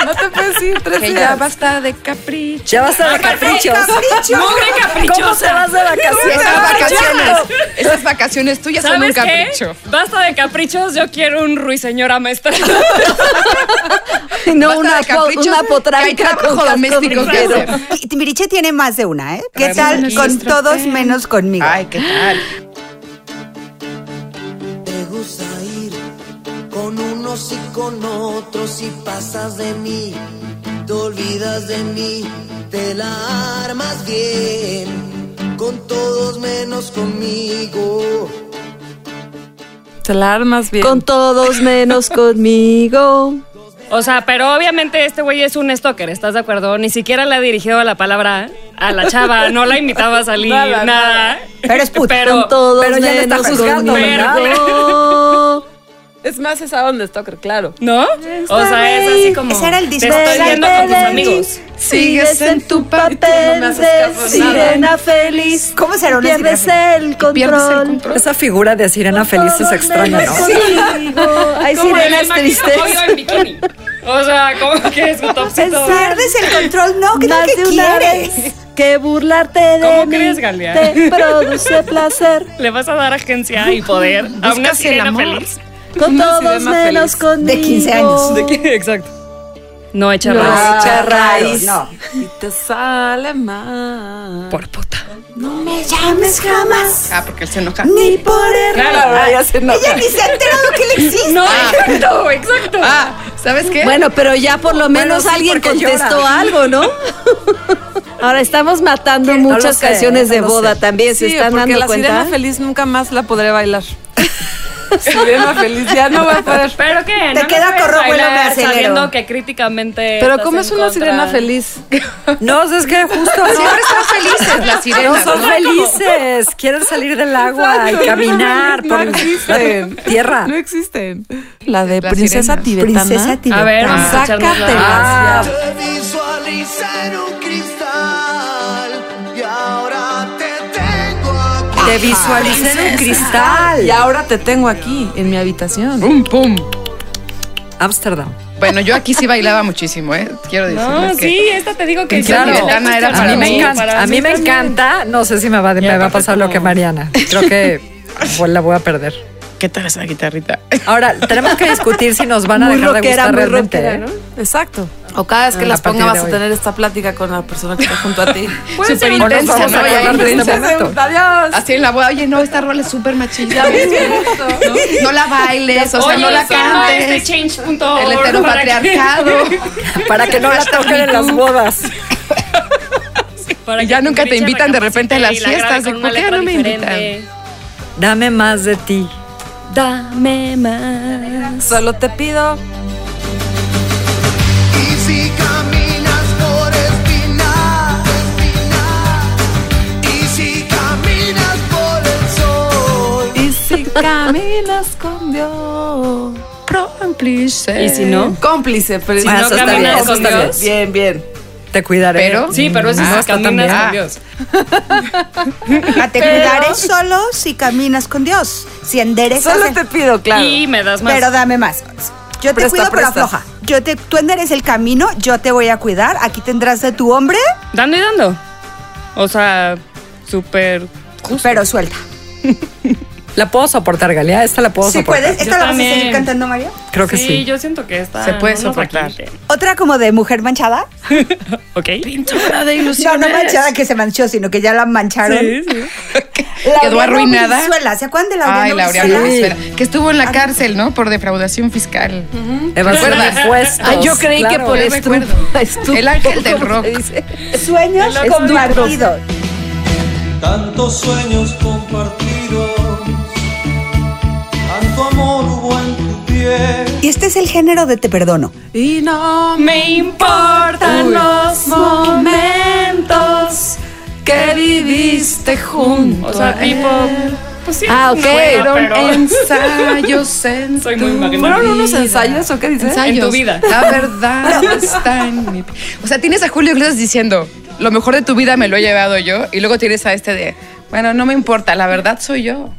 S1: No te puedes ir tres
S4: Que ya
S1: días.
S4: basta de capricho.
S6: Ya vas a de caprichos.
S3: Capricho.
S7: Mugre caprichosa.
S6: ¿Cómo se vas de
S4: Esas
S6: vacaciones?
S4: vacaciones, esas vacaciones tuyas son un
S7: ¿Sabes qué?
S4: capricho.
S7: Basta de caprichos, yo quiero un ruiseñor amaestrado.
S5: No
S4: Basta
S5: una,
S4: de
S5: po-
S4: caprichos,
S5: una
S4: que hay
S5: potranca
S4: trabajo
S5: con
S4: doméstico
S5: doméstico
S4: que hacer.
S3: Y Timbiriche tiene más de una, ¿eh? ¿Qué
S4: Ramón
S3: tal
S4: es
S3: con
S4: nuestro
S3: todos
S4: tema.
S3: menos conmigo?
S4: Ay, qué tal.
S12: Te gusta ir con unos y con otros y pasas de mí, te olvidas de mí, te la armas bien, con todos menos conmigo.
S1: Te la armas bien.
S5: Con todos menos conmigo.
S7: [LAUGHS] O sea, pero obviamente este güey es un stalker, ¿estás de acuerdo? Ni siquiera le ha dirigido la palabra a la chava, no la invitaba a salir,
S1: Nada,
S7: nada.
S1: nada.
S3: Pero es puto.
S5: Con
S7: Pero,
S5: todos
S6: pero ya le está
S5: menos
S6: juzgando,
S5: conmigo.
S1: Es más, es a donde stalker, claro.
S7: ¿no? O sea, es así como.
S3: Ese era el disco.
S7: Te estoy
S3: Sácate
S7: viendo con tus
S5: de
S7: amigos.
S5: Sigues en tu papel
S1: me haces
S5: de
S1: caso,
S5: sirena feliz.
S3: ¿Cómo será una
S5: Pierdes
S3: sirena
S5: el
S4: Pierdes el
S5: control.
S4: control.
S6: Esa figura de sirena feliz es extraña, ¿no?
S5: Contigo. Hay
S7: Como me
S5: sirenas
S7: imagino pollo
S5: tristes.
S7: en bikini. O sea, como que es un topsito.
S3: Pierdes el control, no, ¿qué tal
S5: Más
S3: que
S5: de una
S3: quieres?
S5: vez que burlarte de
S7: ¿Cómo
S5: mí
S7: crees, Galia?
S5: te produce placer
S7: Le vas a dar agencia y poder a una
S4: Buscas el
S7: sirena
S4: amor.
S7: feliz.
S5: con
S1: Una
S5: todos
S1: sirena feliz.
S5: menos conmigo
S3: De 15 años.
S7: ¿De qué? [LAUGHS] Exacto. No echa
S5: No.
S7: raíz.
S5: Echa raíz.
S3: Ah, No.
S1: Y te sale mal.
S4: Por puta.
S3: No me llames jamás,
S4: Ah, porque él se enoja.
S3: ni por error.
S1: Claro, ahora ya se nota.
S3: Ella ni se ha enterado que le existe. Ah,
S7: No, [LAUGHS] exacto, exacto.
S4: Ah, ¿sabes qué?
S5: Bueno, pero ya por lo menos
S6: sí,
S5: alguien
S6: porque
S5: contestó
S6: llora.
S5: algo, ¿no? [LAUGHS] Ahora estamos matando
S6: No lo
S5: muchas
S6: sé,
S5: canciones
S6: no
S5: de
S6: lo
S5: boda
S6: sé.
S5: también, se están
S1: porque
S5: dando
S1: la sirena
S5: cuenta.
S1: feliz nunca más la podré bailar. [LAUGHS] sirena feliz ya no va a poder.
S7: ¿Pero qué?
S3: Te
S7: no
S3: queda
S7: me puedes
S3: corrojo el
S7: bailar
S3: hombre acelero.
S7: Sabiendo que críticamente
S1: Pero
S7: estás
S1: ¿cómo
S7: en
S1: es una
S7: contra?
S1: sirena feliz?
S6: [LAUGHS] No, es que justo no.
S4: Siempre están felices las
S6: No [LAUGHS]
S4: sirenas,
S6: son
S4: ¿no?
S6: felices, quieren salir del agua y caminar
S1: [LAUGHS] No
S6: por
S1: existen.
S6: la tierra.
S1: No existen. La de
S4: La
S1: princesa
S4: sirena.
S1: tibetana.
S3: Princesa tibetana.
S7: A ver, vamos a echarnos
S1: Sácatela.
S7: la-
S12: Te visualicé en un cristal y ahora te tengo aquí.
S6: Te visualicé en un cristal.
S1: Y ahora te tengo aquí, en mi habitación.
S4: Pum, pum.
S6: Ámsterdam.
S4: Bueno, yo aquí sí bailaba muchísimo, ¿eh? Quiero decir.
S7: No, sí, esta te digo que
S4: claro,
S7: yo-
S4: Ana era
S6: a
S4: para
S6: mí me
S4: mí,
S6: encanta,
S4: para
S6: a mí
S4: mí
S6: me
S4: también.
S6: encanta, no sé si me va, me va a pasar lo que Mariana. Creo que pues, la voy a perder.
S4: ¿Qué tal esa guitarrita?
S6: Ahora, tenemos que discutir si nos van a
S1: Muy
S6: dejar
S1: rockera,
S6: de gustar
S1: muy
S6: realmente.
S1: rockera,
S6: ¿eh?
S1: Exacto. O cada vez que
S6: Ah,
S1: las
S6: a partir
S1: ponga
S6: de
S1: vas a
S6: hoy.
S1: tener esta plática con la persona que está junto a [LAUGHS] ti.
S4: Puede ser
S1: Súper
S4: una
S1: intensa,
S4: cosa,
S1: ¿no?
S4: ¿no?
S1: Ya
S4: Ya
S1: intensa.
S4: intensa.
S1: Segunda, Adiós.
S4: Así en la boda, oye, no, esta rola es súper machista.
S1: Ya ves, qué
S4: ¿no? no la bailes, o sea,
S7: Oye,
S4: no la
S7: sonó
S4: cantes.
S7: este change.org
S4: El
S7: para que-
S4: heteropatriarcado.
S6: Para que no la toquen en las bodas.
S7: [LAUGHS] Para
S4: Y ya nunca te
S7: Richard
S4: invitan de repente a las
S7: recapacite y la grabe
S4: fiestas.
S7: con
S4: ¿Por
S7: una
S4: qué no
S7: letra
S4: me
S7: diferente.
S4: invitan?
S6: Dame más de ti.
S7: Dame más.
S1: Solo te pido.
S8: Y si caminas por espinas, y si caminas por el sol,
S1: Y si [LAUGHS] caminas con Dios.
S4: Cómplice.
S7: ¿Y si no?
S1: Cómplice, pero
S7: Si no
S1: eso está
S7: caminas
S1: bien, eso
S7: con
S1: está
S7: Dios.
S1: bien, bien.
S6: Te cuidaré.
S4: Pero-
S7: Sí, pero eso
S6: Ah,
S7: es
S6: está
S7: caminas
S6: también.
S7: con
S6: Ah.
S4: [LAUGHS]
S7: Dios.
S3: A te cuidaré solo si caminas con Dios, si enderezas.
S1: Solo
S3: el-
S1: te pido, claro.
S7: Y me das más.
S3: Pero dame más. Yo te
S1: Presta,
S3: cuido por la
S1: presta.
S3: floja. Yo te, tú endereces el camino, yo te voy a cuidar. Aquí tendrás de tu hombre,
S7: Dando y dando. O sea, súper justo.
S3: pero suelta.
S6: La puedo soportar, Galea. Esta la puedo
S3: Si
S6: soportar.
S3: puedes,
S7: Yo
S3: ¿esta la vas a
S7: también.
S3: seguir cantando, María?
S1: pues.
S6: Creo que sí.
S7: yo siento que está.
S4: Se puede
S7: no nos la
S4: soportar.
S7: quiten.
S3: Otra como de mujer manchada.
S7: [LAUGHS] ¿Ok?
S4: de
S3: No, no manchada que se manchó, sino que ya la mancharon.
S7: Sí, sí.
S4: Quedó arruinada.
S3: Brizuela, ¿Se acuerdan de Laureano
S4: Ay, la
S3: Brizuela?
S4: Oriana Brizuela, que estuvo en la cárcel, ¿no? Por defraudación fiscal.
S6: Evasión de
S4: ¿Recuerdas?
S6: impuestos.
S5: Ay, yo creí que
S6: claro.
S5: por
S4: yo
S5: esto.
S4: recuerdo. El ángel del rock.
S3: Sueños
S7: El loco
S3: compartidos.
S9: Tantos sueños compartidos, tanto amor hubo en tu piel.
S3: Y este es el género de Te Perdono.
S1: Y no me importan
S4: Uy.
S1: los momentos que viviste juntos.
S7: O sea, tipo. Pues sí.
S1: Ah,
S7: no
S1: ok.
S7: era, pero [LAUGHS]
S4: Ensayos en
S7: Soy
S4: tu
S7: muy magna.
S1: ¿Fueron unos
S4: vida.
S1: ensayos o qué dices?
S4: Ensayos.
S7: En tu vida.
S4: La verdad está en mi. O sea, tienes a Julio Iglesias diciendo, lo mejor de tu vida me lo he llevado yo, y luego tienes a este de, bueno, no me importa, la verdad soy yo.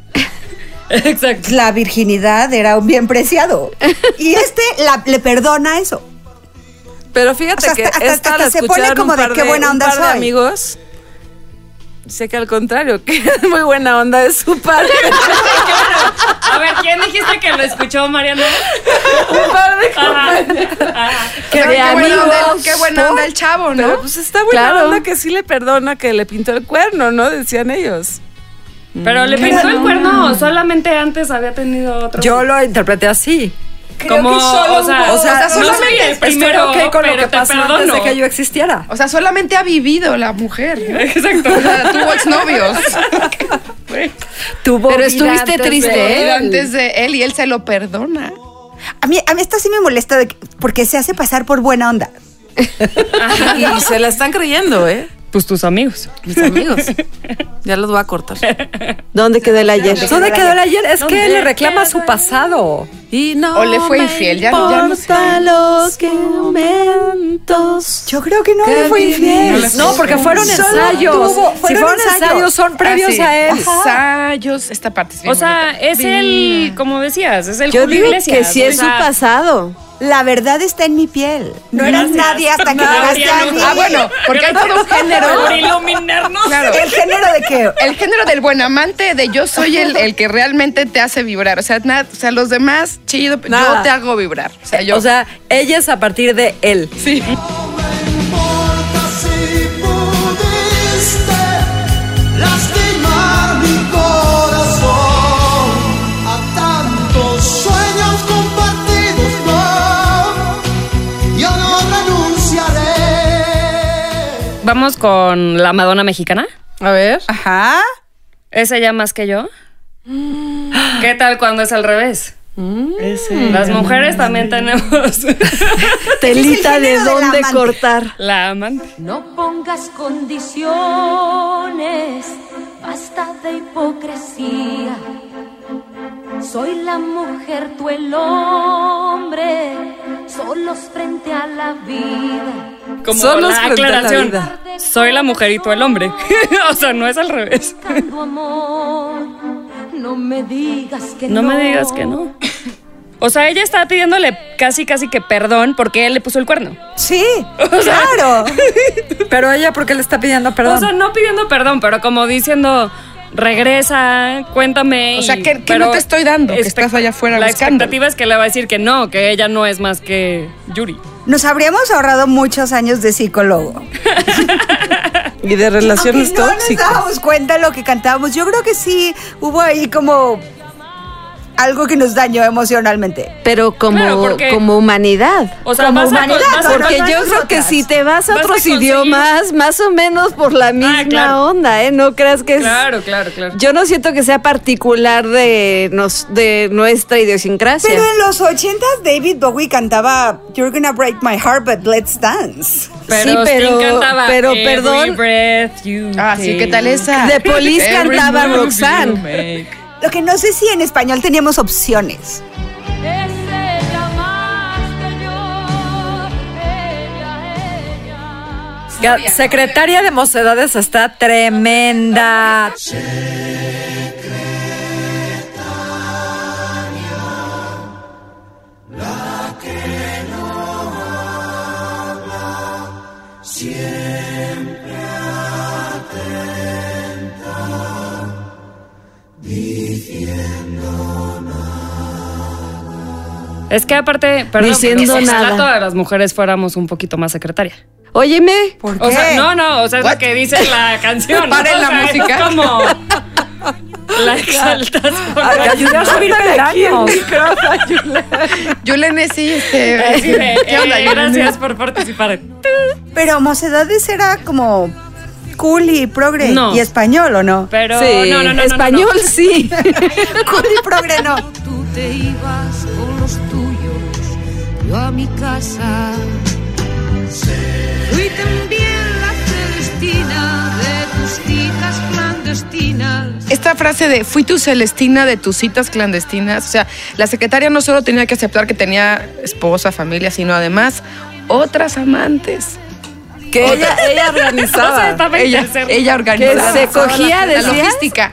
S7: Exacto.
S3: La virginidad era un bien preciado. Y este la- le perdona eso.
S1: Pero fíjate
S3: O sea,
S1: que
S3: hasta- hasta-
S1: esta
S3: hasta
S1: la
S3: se pone
S1: escucharon
S3: como
S1: un
S3: de
S1: par
S3: qué buena onda
S1: un par de
S3: soy.
S1: amigos. Sé que al contrario, [LAUGHS] que muy buena onda de su [LAUGHS] parte.
S7: A ver, ¿quién dijiste que lo escuchó,
S6: [LAUGHS]
S7: Mariana?
S1: un par de
S7: Ajá.
S1: compañeros.
S7: Ajá.
S5: Que
S4: Pero
S5: de
S4: qué, buena onda, el-
S5: amigos.
S4: qué buena onda el chavo, ¿no?
S1: Pero pues está buena
S5: Claro.
S1: onda que sí le perdona que le pintó el cuerno, ¿no? Decían ellos.
S7: Pero le pintó el cuerno, o solamente antes había tenido otro.
S6: Yo lo interpreté así.
S7: como, o sea,
S6: O sea,
S7: no soy
S6: solamente
S7: el primero,
S6: estoy ok con lo
S7: pero
S6: que
S7: te
S6: pasó antes de
S7: perdono.
S6: que yo existiera.
S4: O sea, solamente ha vivido la mujer. ¿no?
S7: [LAUGHS] Exacto.
S4: O sea, tuvo exnovios.
S6: [LAUGHS] Tuvo
S5: Pero
S6: vida
S5: estuviste
S6: antes de
S5: triste,
S6: él.
S5: ¿eh?
S4: Antes de él y él se lo perdona.
S3: A mí, a mí esta sí me molesta de que- porque se hace pasar por buena onda.
S1: Y se la están creyendo, ¿eh?
S7: Pues tus amigos.
S1: Mis amigos. Ya los voy a cortar.
S5: ¿Dónde quedó el ayer?
S6: ¿Dónde quedó el ayer? Es que
S7: ¿Dónde
S6: le reclama
S7: quedó
S6: su
S7: el-
S6: pasado.
S1: Y no
S4: O le fue
S1: me
S4: infiel, ya- ya no sé.
S1: importa los que momentos.
S3: Yo creo que no
S1: Qué
S3: le fue
S1: bien.
S3: infiel.
S1: No,
S6: No, porque fueron
S3: Solo
S6: ensayos.
S3: tuvo-
S6: si
S3: fueron
S6: fueron
S3: ensayos.
S6: ensayos, son previos
S4: Así,
S6: a él.
S4: Ensayos. Esta parte es bien
S7: O sea,
S4: bonita.
S7: es el, como decías, es el
S5: Yo
S7: Julio
S5: digo
S7: Iglesias,
S5: que sí
S7: o
S5: es su
S7: sea,
S5: pasado.
S3: La verdad está en mi piel. No eras
S7: Gracias.
S3: nadie hasta que
S7: Nadie,
S3: llegaste a
S7: no.
S3: mí.
S4: Ah, bueno, porque hay todo
S6: [LAUGHS]
S4: un género.
S7: Por iluminarnos.
S4: Claro.
S3: El género de que
S4: El género del buen amante, de yo soy el, el que realmente te hace vibrar. O sea, na- o sea los demás, chido, pero
S6: Nada.
S4: yo te hago vibrar. O sea, yo.
S6: O sea, ella es a partir de él.
S4: sí.
S8: importa si pudiste lastimar mi corazón a tantos sueños compartidos no yo no renunciaré
S7: Vamos con la Madonna mexicana.
S1: A ver.
S3: Ajá.
S7: ¿Esa ya más que yo? ¿Qué tal cuando es al revés? Las mujeres también tenemos [LAUGHS]
S5: Telita de
S3: género del
S5: dónde
S3: amante.
S5: cortar.
S7: la amante.
S8: No pongas condiciones, basta de hipocresía. Soy la mujer, tú el hombre, solos frente a la vida.
S7: Como
S1: Solos
S7: la
S1: frente a la
S7: aclaración.
S1: vida.
S7: Soy la mujer y tú el hombre. [LAUGHS] o sea, no es al revés.
S8: Buscando amor, no me digas que
S7: No
S8: no.
S7: me digas que no. O sea, ella estaba pidiéndole casi, casi que perdón porque él le puso el cuerno.
S3: Sí,
S6: claro. Pero ella, ¿por qué le está pidiendo perdón?
S7: O sea, no pidiendo perdón, pero como diciendo, regresa, cuéntame.
S4: O sea,
S7: y-
S4: ¿qué- qué
S7: pero
S4: no te estoy dando? Que
S7: expect-
S4: estás allá afuera
S7: La
S4: buscando.
S7: expectativa es que le va a decir que no, que ella no es más que Yuri.
S3: Nos habríamos ahorrado muchos años de psicólogo.
S13: Y de relaciones
S3: Aunque no
S13: tóxicas.
S3: nos dábamos cuenta lo que cantábamos. Yo creo que sí hubo ahí como algo que nos dañó emocionalmente.
S5: Pero como,
S3: Claro, porque-
S5: como humanidad.
S3: O sea,
S5: como
S3: vas a- vas a-
S5: porque
S3: no, no
S5: yo
S3: es
S5: creo que
S3: otras.
S5: si te vas a
S3: Vas a
S5: otros
S3: conseguir-
S5: idiomas, más o menos por la misma onda, ¿eh? No creas que es.
S7: Claro, claro, claro.
S5: Yo no siento que sea particular de, nos, de nuestra idiosincrasia.
S3: Pero en los ochentas David Bowie cantaba You're gonna break my heart, but let's dance.
S5: Pero Sí, pero- ¿quién cantaba? pero Every perdón.
S4: Ah, sí, ¿qué tal esa?
S5: The Police
S4: Every
S5: cantaba
S4: move you
S5: Roxanne.
S4: make.
S3: Lo que no sé si en español teníamos opciones.
S6: Ga- Secretaria de Mocedades está tremenda.
S8: Siempre atenta, diciendo
S7: Es que aparte, perdón,
S5: Diciendo
S7: pero
S5: nada.
S7: ojalá todas las mujeres fuéramos un poquito más secretaria.
S5: Óyeme.
S7: O sea, no, no, o sea, es lo que dice
S4: [LAUGHS]
S7: la canción. ¿no?
S5: Paren
S7: O
S5: la
S7: sea, es
S5: música.
S7: como la exaltas por
S4: Ay,
S7: la-
S4: ayuda a subir [LAUGHS] peldaños. Yulene, sí, este.
S7: Así de,
S4: ¿Qué onda,
S7: eh,
S4: Yulene?
S7: gracias por participar.
S3: Pero Mocedades era como cool y progre
S7: No.
S3: y español, ¿o no?
S7: Pero Sí, no, no, no, no, español no, no.
S5: sí.
S3: cool [LAUGHS] y progre no.
S14: Tú te ibas con los tuyos, yo a mi casa. Fui también la celestina de tus citas clandestinas.
S4: Esta frase de fui tu Celestina de tus citas clandestinas, o sea, la secretaria no solo tenía que aceptar que tenía esposa, familia, sino además otras amantes.
S6: Que ella-
S4: [LAUGHS]
S6: ella organizaba. O sea, estaba en
S4: ella,
S7: Eh,
S6: tercer-
S4: ella organizaba.
S6: Que se cogía,
S4: la,
S6: decías,
S4: la logística.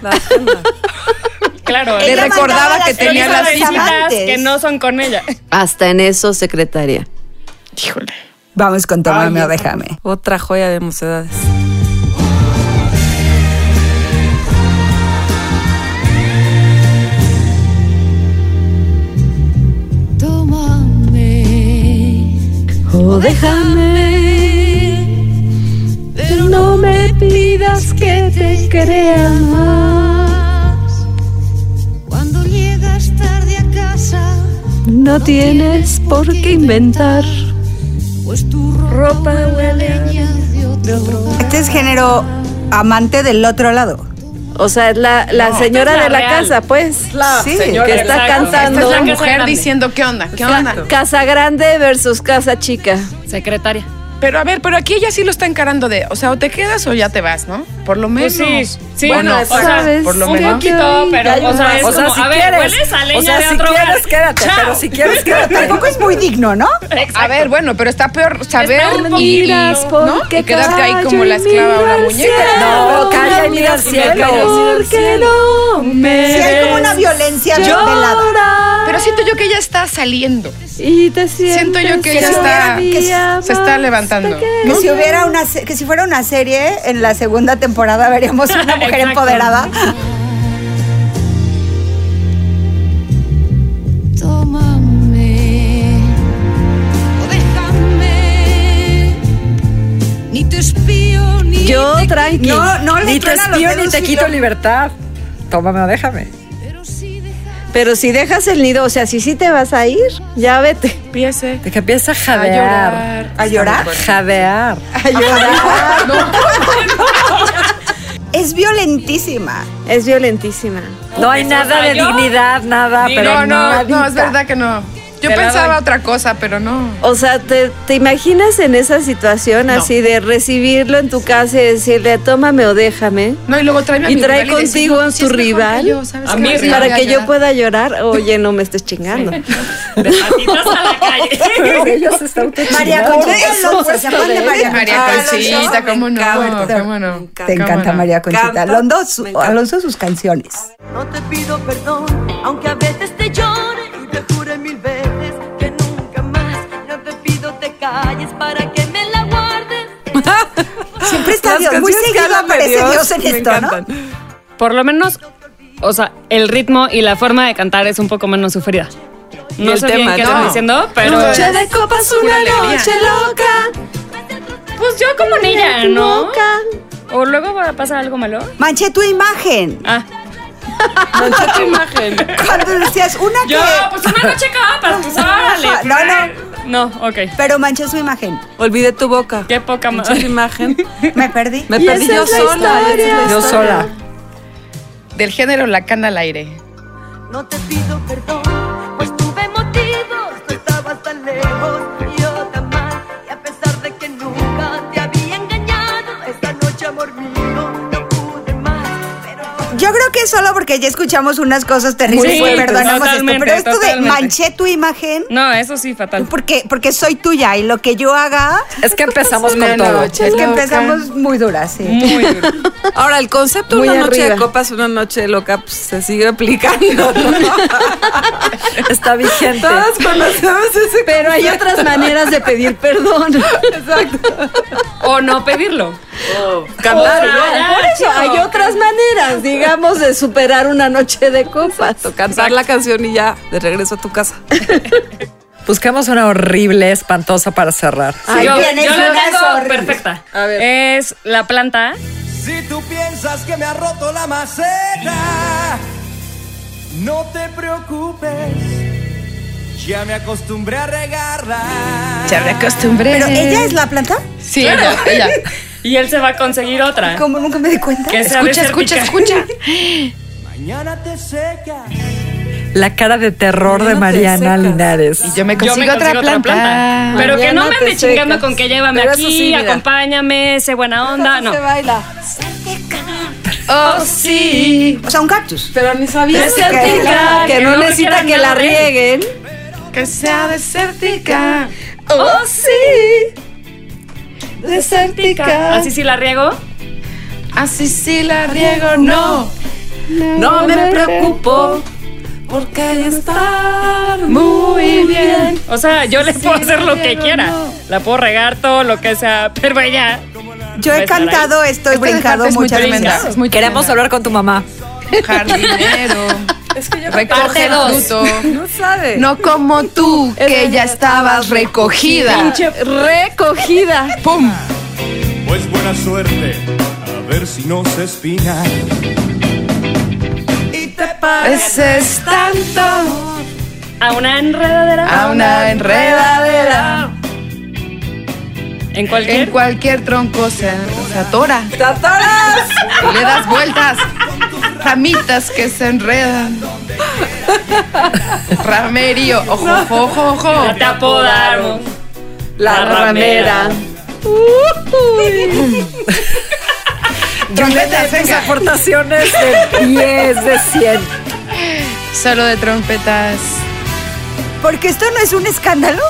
S7: Claro,
S4: Le
S7: ella
S4: recordaba
S7: mandaba
S4: que
S7: las
S4: tenía
S7: flores
S4: las
S7: a
S4: citas
S7: eh, amantes. que no son con ella.
S5: Hasta en eso, secretaria.
S4: Híjole.
S3: Vamos con Tómame o Déjame.
S13: Otra joya de mocedades.
S14: Tómame
S5: o déjame.
S14: Pero no me pidas que te crea más. Cuando llegas tarde a casa,
S5: No tienes por qué inventar.
S14: pues tu ropa huele a leña de otro hogar.
S3: Este es género amante del otro lado.
S5: O sea, es la, la
S3: No,
S5: señora
S3: esta es
S5: de
S3: la
S5: la
S3: real.
S5: casa, pues.
S3: La
S5: sí,
S3: señora
S5: que
S3: de
S5: está
S3: la casa.
S5: cantando.
S4: Esta es la mujer diciendo qué onda, qué
S5: Ca-
S4: onda.
S5: Casa grande versus casa chica.
S7: Secretaria.
S4: Pero a ver, pero aquí ella sí lo está encarando de, o sea, o te quedas o ya te vas, ¿no? Por lo menos.
S7: Pues sí, sí,
S4: bueno,
S7: o sea,
S4: por lo
S7: un
S4: menos.
S7: poquito, pero o sea, es
S6: O sea,
S7: como,
S6: si
S7: a ver,
S6: quieres,
S7: hueles a leña
S6: o sea,
S7: de
S6: si
S7: otro hogar.
S6: quieres, quédate,
S7: Chao.
S6: pero si
S7: [LAUGHS]
S6: quieres, quédate.
S3: Tampoco es muy digno, ¿no?
S4: A ver, bueno, pero está peor saber
S6: Está un
S4: y,
S6: poquito,
S4: ¿no?
S6: porque
S4: y quedarte ahí
S6: callo
S4: como
S6: y
S4: la esclava de una
S6: miro al
S4: muñeca.
S6: cielo, No, calla y mira al cielo.
S4: Porque
S5: no
S3: Sí, hay como una violencia velada.
S4: Pero siento yo que ella está saliendo.
S5: Y te
S4: siento yo que ella
S3: si
S4: está,
S3: hubiera- que si-
S4: se está levantando.
S3: Que si hubiera una se- que si fuera una serie en la segunda temporada veríamos
S6: [LAUGHS]
S3: una mujer
S4: Exacto.
S3: empoderada.
S14: Tómame o déjame. Ni te espío ni
S6: Yo,
S14: te-
S6: tranqui.
S14: No, no le
S6: ni te
S14: truena los
S6: espío ni
S14: dedos,
S6: te
S14: sí,
S6: quito
S14: no.
S6: libertad. Tómame o déjame.
S5: Pero si dejas el nido, o sea, si sí te vas a ir, ya vete.
S4: Empiece.
S6: Que empieza a jadear.
S3: ¿A llorar?
S6: Jadear.
S3: A llorar. Es
S5: [LAUGHS]
S3: violentísima.
S5: Es violentísima.
S6: No hay nada de dignidad, nada,
S4: Sí,
S6: pero
S4: no, no,
S6: nadita.
S4: no, es verdad que no. Yo
S6: Te la
S4: pensaba
S6: doy.
S4: otra cosa, pero no.
S5: O sea, ¿te, te imaginas en esa situación así de recibirlo en tu casa y decirle, tómame o déjame?
S4: No, y luego tráeme a
S5: Y
S4: mi
S5: trae
S4: rival y decir,
S5: contigo
S4: no,
S5: a
S4: sí
S5: tu
S4: es mejor que
S5: rival
S4: yo, ¿sabes
S7: A qué? mí me voy
S5: para
S7: a
S5: que yo
S7: llorar.
S5: pueda llorar. Oye, no me estés chingando.
S6: Ella se está autochingando.
S3: María Conchita Alonso, ¿se acuerdan de María
S4: María
S3: Conchita
S4: Conchita,
S3: Alonso?
S4: cómo no,
S3: Ah, Me encanta.
S4: cómo no.
S3: Te encanta María Conchita Alonso, su- Alonso sus canciones.
S12: No te pido perdón, aunque a veces te llore y te jure mil
S8: calles para que me la guardes.
S5: Ah,
S3: Siempre está
S8: Las
S3: Dios, muy
S8: canciones que
S3: seguido
S8: hablan de
S3: aparece Dios,
S8: Dios
S3: en
S8: me
S3: esto, ¿no?
S7: encantan. Por lo menos, o sea, el ritmo y la forma de cantar es un poco menos sufrida.
S8: Y
S7: No
S8: el
S7: sé
S8: tema,
S7: bien qué
S8: ¿no?
S7: estoy diciendo, pero.
S8: Noche de copas,
S7: Pura
S8: una
S7: alegría.
S8: noche loca.
S7: Pues yo como niña, ¿no? O luego va a pasar algo malo.
S3: Manché tu imagen.
S7: Ah.
S3: Manché
S7: [LAUGHS] tu imagen.
S3: Cuando decías una
S7: Yo,
S3: que.
S7: pues una noche para pues órale.
S3: No, no.
S7: No, ok.
S3: Pero manché su imagen.
S13: Olvidé tu boca.
S7: Qué poca
S13: madre. imagen.
S3: Me
S5: [LAUGHS]
S3: perdí.
S13: Me
S4: Y
S13: perdí
S4: esa
S13: yo
S4: es la
S13: sola. esa es la
S4: historia. Yo
S13: historia.
S4: [LAUGHS] sola. Del género La Cana al Aire.
S8: No te pido perdón, pues tuve motivos. Tú estabas tan lejos y yo tan mal. Y a pesar de que nunca te había engañado, esta noche, amor mío, no pude más.
S3: Yo creo que es solo porque ya escuchamos unas cosas terribles
S7: Muy
S3: y
S7: fuertes,
S3: perdonamos esto.
S7: totalmente,
S3: Pero esto de
S7: totalmente.
S3: manché tu imagen.
S7: No, eso sí, fatal.
S3: Pues Porque, porque soy tuya y lo que yo haga.
S6: Es
S3: [LAUGHS]
S6: que empezamos
S3: Una
S6: con todo.
S3: noche Es que
S13: loca.
S3: empezamos muy duras, sí.
S13: Ahora, el concepto
S3: Muy
S13: una noche de
S3: arriba.
S13: copas, una noche loca, pues, se sigue aplicando.
S4: [LAUGHS]
S6: Está vigente.
S5: Ah,
S13: Todos conocemos ese
S5: Pero hay otras maneras de pedir perdón.
S7: O no pedirlo.
S5: Claro,
S7: O sea,
S5: por eso hay
S7: chido.
S5: otras maneras, digamos, de superar una noche de copas.
S13: Cantar la canción y ya, de regreso a tu casa.
S6: Buscamos una horrible, espantosa para cerrar.
S4: Ah.
S13: Ay,
S7: yo,
S13: tienes
S7: [LAUGHS] yo la
S13: una
S7: tengo
S13: sorry.
S7: perfecta. Es la planta.
S9: Si tú piensas que me ha roto la maceta, no te preocupes, ya me acostumbré a regarla.
S4: Ya me acostumbré.
S3: Pero ella es la planta.
S4: Sí,
S7: Claro.
S4: ella,
S7: Y él se va a conseguir otra.
S3: Como nunca me di cuenta.
S7: Que sea
S4: Escucha,
S7: desértica.
S4: escucha,
S9: Mañana te secas.
S6: La cara de terror de Mariana Linares. Y
S4: yo me
S7: Yo me consigo otra planta. Pero que no me
S6: te
S7: ande chingando con que llévame
S6: Pero eso
S7: aquí,
S6: sí, mira.
S7: acompáñame, sé buena onda. Ah, No.
S13: baila.
S7: Oh, sí.
S3: O sea, un cactus.
S13: Pero ni sabía
S7: Desértica,
S13: era-
S7: que no requieran nada de-
S4: Que sea desértica.
S7: Oh,
S4: sí. Desértica.
S7: Así sí la riego.
S4: Así sí la riego, no. No me preocupo. Porque hay estar muy bien.
S7: O sea, yo le
S4: Sí,
S7: puedo hacer lo
S4: la
S7: que
S4: riego,
S7: quiera.
S4: no.
S7: La puedo regar todo lo que sea, pero ella.
S3: Yo
S7: va a
S3: he
S7: estar ahí.
S3: cantado esto, he brincado muchas veces.
S4: Es muy
S6: Queremos hablar con tu mamá.
S4: Jardinero. Es que yo recoge
S7: Parte
S4: el
S7: dos.
S4: fruto.
S6: No sabe.
S4: No como tú, que ya estabas recogida.
S5: Recogida.
S4: ¡Pum!
S11: Pues buena suerte, a ver si no se espina.
S4: Y te pareces tanto
S7: A una enredadera.
S4: a una enredadera.
S7: En cualquier.
S4: En cualquier tronco se, se atora.
S6: ¡Tatoras!
S4: Le das vueltas. Ramitas que se enredan. Ramerío. Ojo, ojo, ojo, ojo.
S7: Te apodamos.
S6: La
S7: ramera.
S6: Yo le daré tus aportaciones de 10, de 100.
S4: Solo de trompetas.
S3: Porque esto no es un escándalo.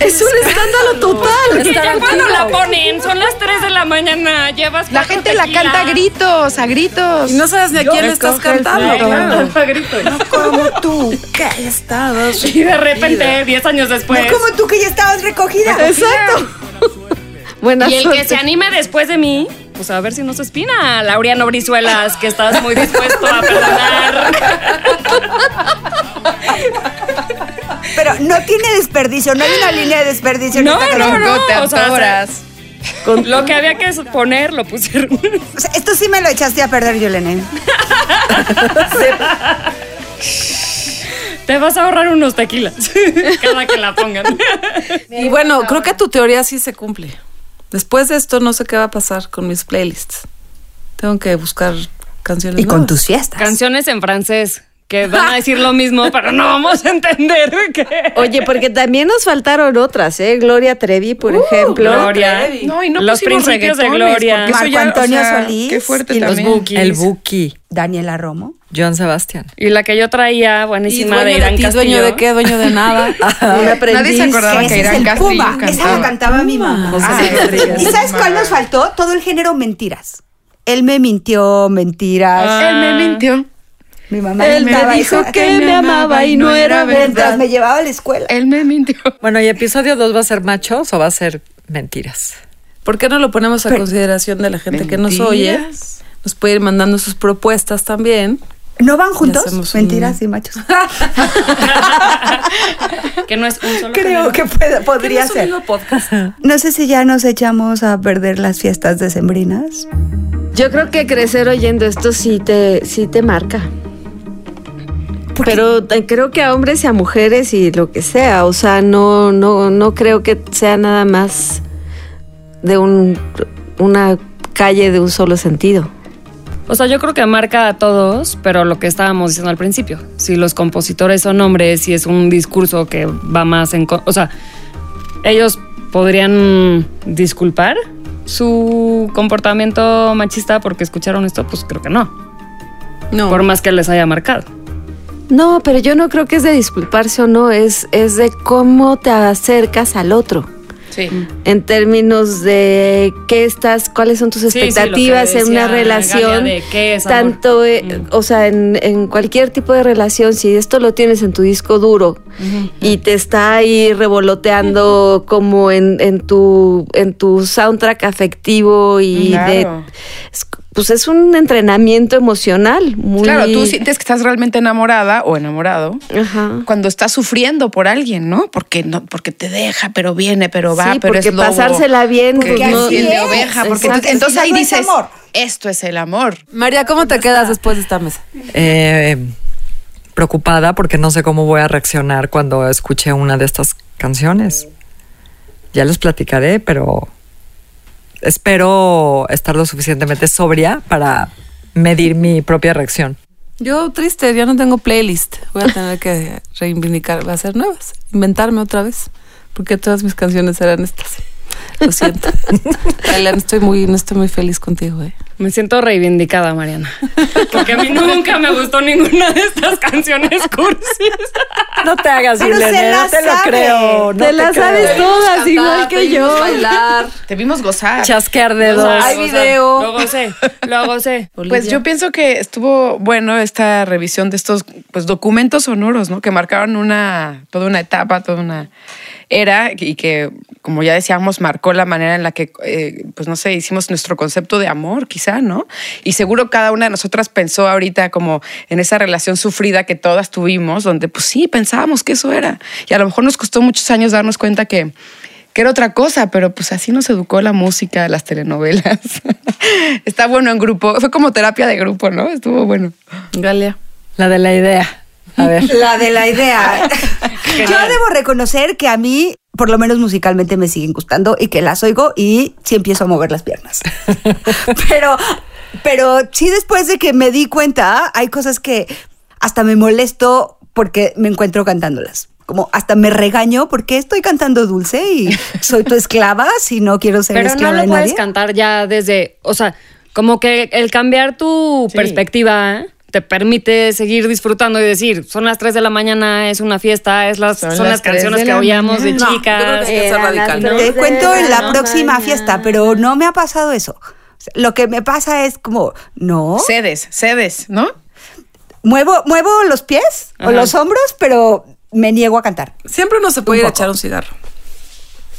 S6: Es un escándalo total.
S7: ¿Y ya
S6: Estar
S7: cuando la
S6: activo.
S7: ponen? Son las 3 de la mañana. Llevas.
S4: La
S7: cuatro
S4: gente la
S7: tequilas.
S4: canta a gritos, a gritos.
S13: Y no sabes ni a quién le estás
S4: recoge el
S13: cantando.
S7: Ay,
S4: claro.
S7: canta a gritos.
S3: [LAUGHS] Como tú, que ya estabas.
S7: [LAUGHS] Y de repente, 10 años después.
S3: No como tú, que ya estabas recogida.
S5: Buena
S7: Y el
S4: [LAUGHS]
S7: que
S5: suerte.
S7: se anime después de mí, pues a ver si no se espina. Laureano Brizuelas, que estás muy dispuesto
S4: [LAUGHS]
S7: a perdonar.
S3: Pero no tiene desperdicio, no hay una línea de desperdicio. en
S7: No,
S3: esta
S7: no,
S3: canción.
S7: no.
S4: Con te
S7: o sea,
S4: atoras.
S7: Lo que había que poner lo pusieron. [LAUGHS]
S3: O sea, esto sí me lo echaste a perder, Yolene.
S7: Te vas a ahorrar unos tequilas [LAUGHS] cada que la pongan.
S13: Y bueno, creo que tu teoría sí se cumple. Después de esto, no sé qué va a pasar con mis playlists. Tengo que buscar canciones.
S3: Y con
S13: nuevas.
S3: tus fiestas.
S7: Canciones en francés que van a decir lo mismo, pero no vamos a entender qué.
S5: Oye, porque también nos faltaron otras, ¿eh? Gloria Trevi, por ejemplo.
S7: Gloria.
S4: No, y no
S7: Los
S4: pusimos
S7: principios de
S4: reggaetones,
S7: Gloria.
S4: porque eso
S3: Marco
S4: ya, o
S3: Antonio
S4: sea,
S3: Solís
S4: Qué fuerte
S3: y los
S4: también.
S7: Bukis.
S6: El Buki.
S3: Daniela Romo.
S6: John Sebastián.
S7: Y la que yo traía,
S13: ¿Y
S7: buenísima,
S13: dueño
S7: de Irán
S13: de ti,
S7: Castillo.
S13: dueño de qué? Dueño de nada.
S3: Ah,
S5: Un
S4: Nadie se
S5: aprendiz.
S4: acordaba
S3: Ese
S4: que
S3: es
S4: Irán
S3: el
S4: Castillo
S3: Pumba. Esa la
S4: cantaba.
S3: cantaba mi mamá.
S6: José
S4: Ah,
S6: Rodríguez.
S3: ¿Y sabes cuál nos faltó?
S13: Ah.
S3: Todo el género mentiras. Él me mintió, mentiras.
S4: Él me mintió.
S3: Mi mamá
S5: Ah. Él
S3: estaba
S5: me
S3: ahí,
S5: dijo
S3: estaba-
S5: que me amaba y no era verdad.
S3: Me llevaba a la escuela.
S4: Él me mintió.
S6: Bueno, ¿y episodio 2 va a ser machos o va a ser mentiras?
S13: ¿Por qué no lo ponemos a consideración de la gente que nos oye? Nos puede ir mandando sus propuestas también.
S3: ¿No van
S13: juntos?
S3: Mentiras y
S5: [LAUGHS]
S3: machos.
S7: [LAUGHS] Que no es un solo
S3: Creo que puede- podría ser. No sé si ya nos echamos a perder las fiestas decembrinas.
S5: Yo creo que crecer oyendo esto sí te, sí te marca. Pero eh, creo que a hombres y a mujeres y lo que sea, o sea, no, no, no creo que sea nada más de un, una calle de un solo sentido.
S7: O sea, yo creo que marca a todos, pero lo que estábamos diciendo al principio, si los compositores son hombres, si es un discurso que va más en... co- O sea, ellos podrían disculpar su comportamiento machista porque escucharon esto, pues creo que no.
S13: No.
S7: Por más que les haya marcado.
S5: No, pero yo no creo que es de disculparse o no, es, es de cómo te acercas al otro.
S4: Sí.
S5: En términos de qué estás, cuáles son tus
S7: Sí, sí, lo que
S5: expectativas en
S7: decía
S5: una relación.
S7: Galia de qué es amor. Mm.
S5: tanto, eh, o sea, en, en cualquier tipo de relación, si esto lo tienes en tu disco duro y te está ahí revoloteando como en, en tu, en tu soundtrack afectivo y
S4: Claro.
S5: de... es- Pues es un entrenamiento emocional muy...
S4: Claro, tú sientes que estás realmente enamorada o enamorado cuando estás sufriendo por alguien, ¿no? Porque no, porque te deja, pero viene, pero va,
S5: Sí,
S4: pero es
S5: porque
S4: lobo.
S5: pasársela bien,
S4: Porque
S5: pues, no-
S4: es piel de
S5: Así es.
S4: oveja, porque
S5: Exacto,
S4: entonces, entonces
S5: si no,
S4: ahí
S5: no es
S4: dices,
S5: amor.
S4: esto es el amor.
S13: María, ¿cómo te quedas después de esta mesa?
S6: Eh, preocupada porque no sé cómo voy a reaccionar cuando escuche una de estas canciones. Ya les platicaré, pero espero estar lo suficientemente sobria para medir mi propia reacción.
S13: Yo triste, ya no tengo playlist. Voy a tener que reivindicar, va a ser nuevas, inventarme otra vez, porque todas mis canciones eran estas. Lo
S7: [LAUGHS]
S13: siento. Elian, estoy muy, no estoy muy feliz contigo, eh.
S7: Me siento reivindicada, Mariana. [LAUGHS] Porque a mí nunca me gustó ninguna de estas canciones cursis.
S6: No te hagas,
S7: Pero Yelena, se la no te lo sabe. creo, no Te te la creo. sabes todas, igual que yo.
S13: bailar.
S4: Te vimos gozar.
S6: Chasquear dedos.
S7: Hay video. Lo gocé, lo gocé.
S4: Pues yo pienso que estuvo bueno esta revisión de estos pues, documentos sonoros, ¿no? Que marcaron una, toda una etapa, toda una era y que, como ya decíamos, marcó la manera en la que, eh, pues no sé, hicimos nuestro concepto de amor, quizá, ¿no? Y seguro cada una de nosotras pensó ahorita como en esa relación sufrida que todas tuvimos, donde pues sí, pensábamos que eso era. Y a lo mejor nos costó muchos años darnos cuenta que, que era otra cosa, pero pues así nos educó la música, las telenovelas. [LAUGHS] Está bueno en grupo. Fue como terapia de grupo, ¿no? Estuvo bueno.
S13: Galia.
S6: La de la idea. A ver.
S3: [LAUGHS] La de la
S6: [LAUGHS]
S3: idea. Yo debo reconocer que a mí, por lo menos musicalmente, me siguen gustando y que las oigo y sí empiezo a mover las piernas.
S6: [LAUGHS]
S3: pero, pero sí, después de que me di cuenta, hay cosas que hasta me molesto porque me encuentro cantándolas. Como hasta me regaño porque estoy cantando dulce y soy tu esclava si no quiero ser
S7: Pero no
S3: esclava
S7: lo
S3: de
S7: puedes
S3: nadie.
S7: cantar ya desde, o sea, como que el cambiar tu perspectiva te permite seguir disfrutando y decir, son las 3 de la mañana, es una fiesta, es las, son,
S3: tres
S7: las, canciones
S3: de
S7: que
S3: la
S7: oíamos de
S3: mañana. No, yo
S7: chicas.
S3: creo que hay que ser
S7: Eran las
S3: radical.
S7: tres
S3: Te
S7: de
S3: cuento en la
S7: mañana.
S3: próxima fiesta, pero no me ha pasado eso. O sea, Lo que me pasa es como, no.
S4: Cedes, cedes, ¿no?
S3: Muevo, muevo los pies o
S13: Ajá.
S3: los hombros, pero me niego a cantar.
S13: Siempre uno se puede ir a echar un cigarro.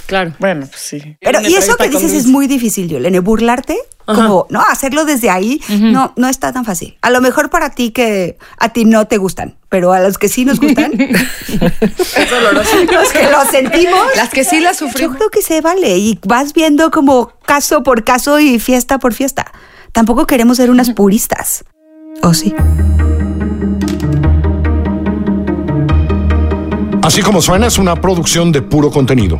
S7: Claro.
S4: Bueno, pues sí.
S3: Pero, y eso que dices es muy difícil, Yolene, burlarte, como, no, hacerlo desde ahí, no, no está tan fácil. A lo mejor para ti que a ti no te gustan, pero a los que sí nos
S4: [LAUGHS]
S3: gustan, [LAUGHS] los que lo sentimos.
S4: Las que sí las sufrimos.
S3: Yo creo que se vale y vas viendo como caso por caso y fiesta por fiesta. Tampoco queremos ser unas puristas. ¿O sí?
S2: Así como suena es una producción de puro contenido.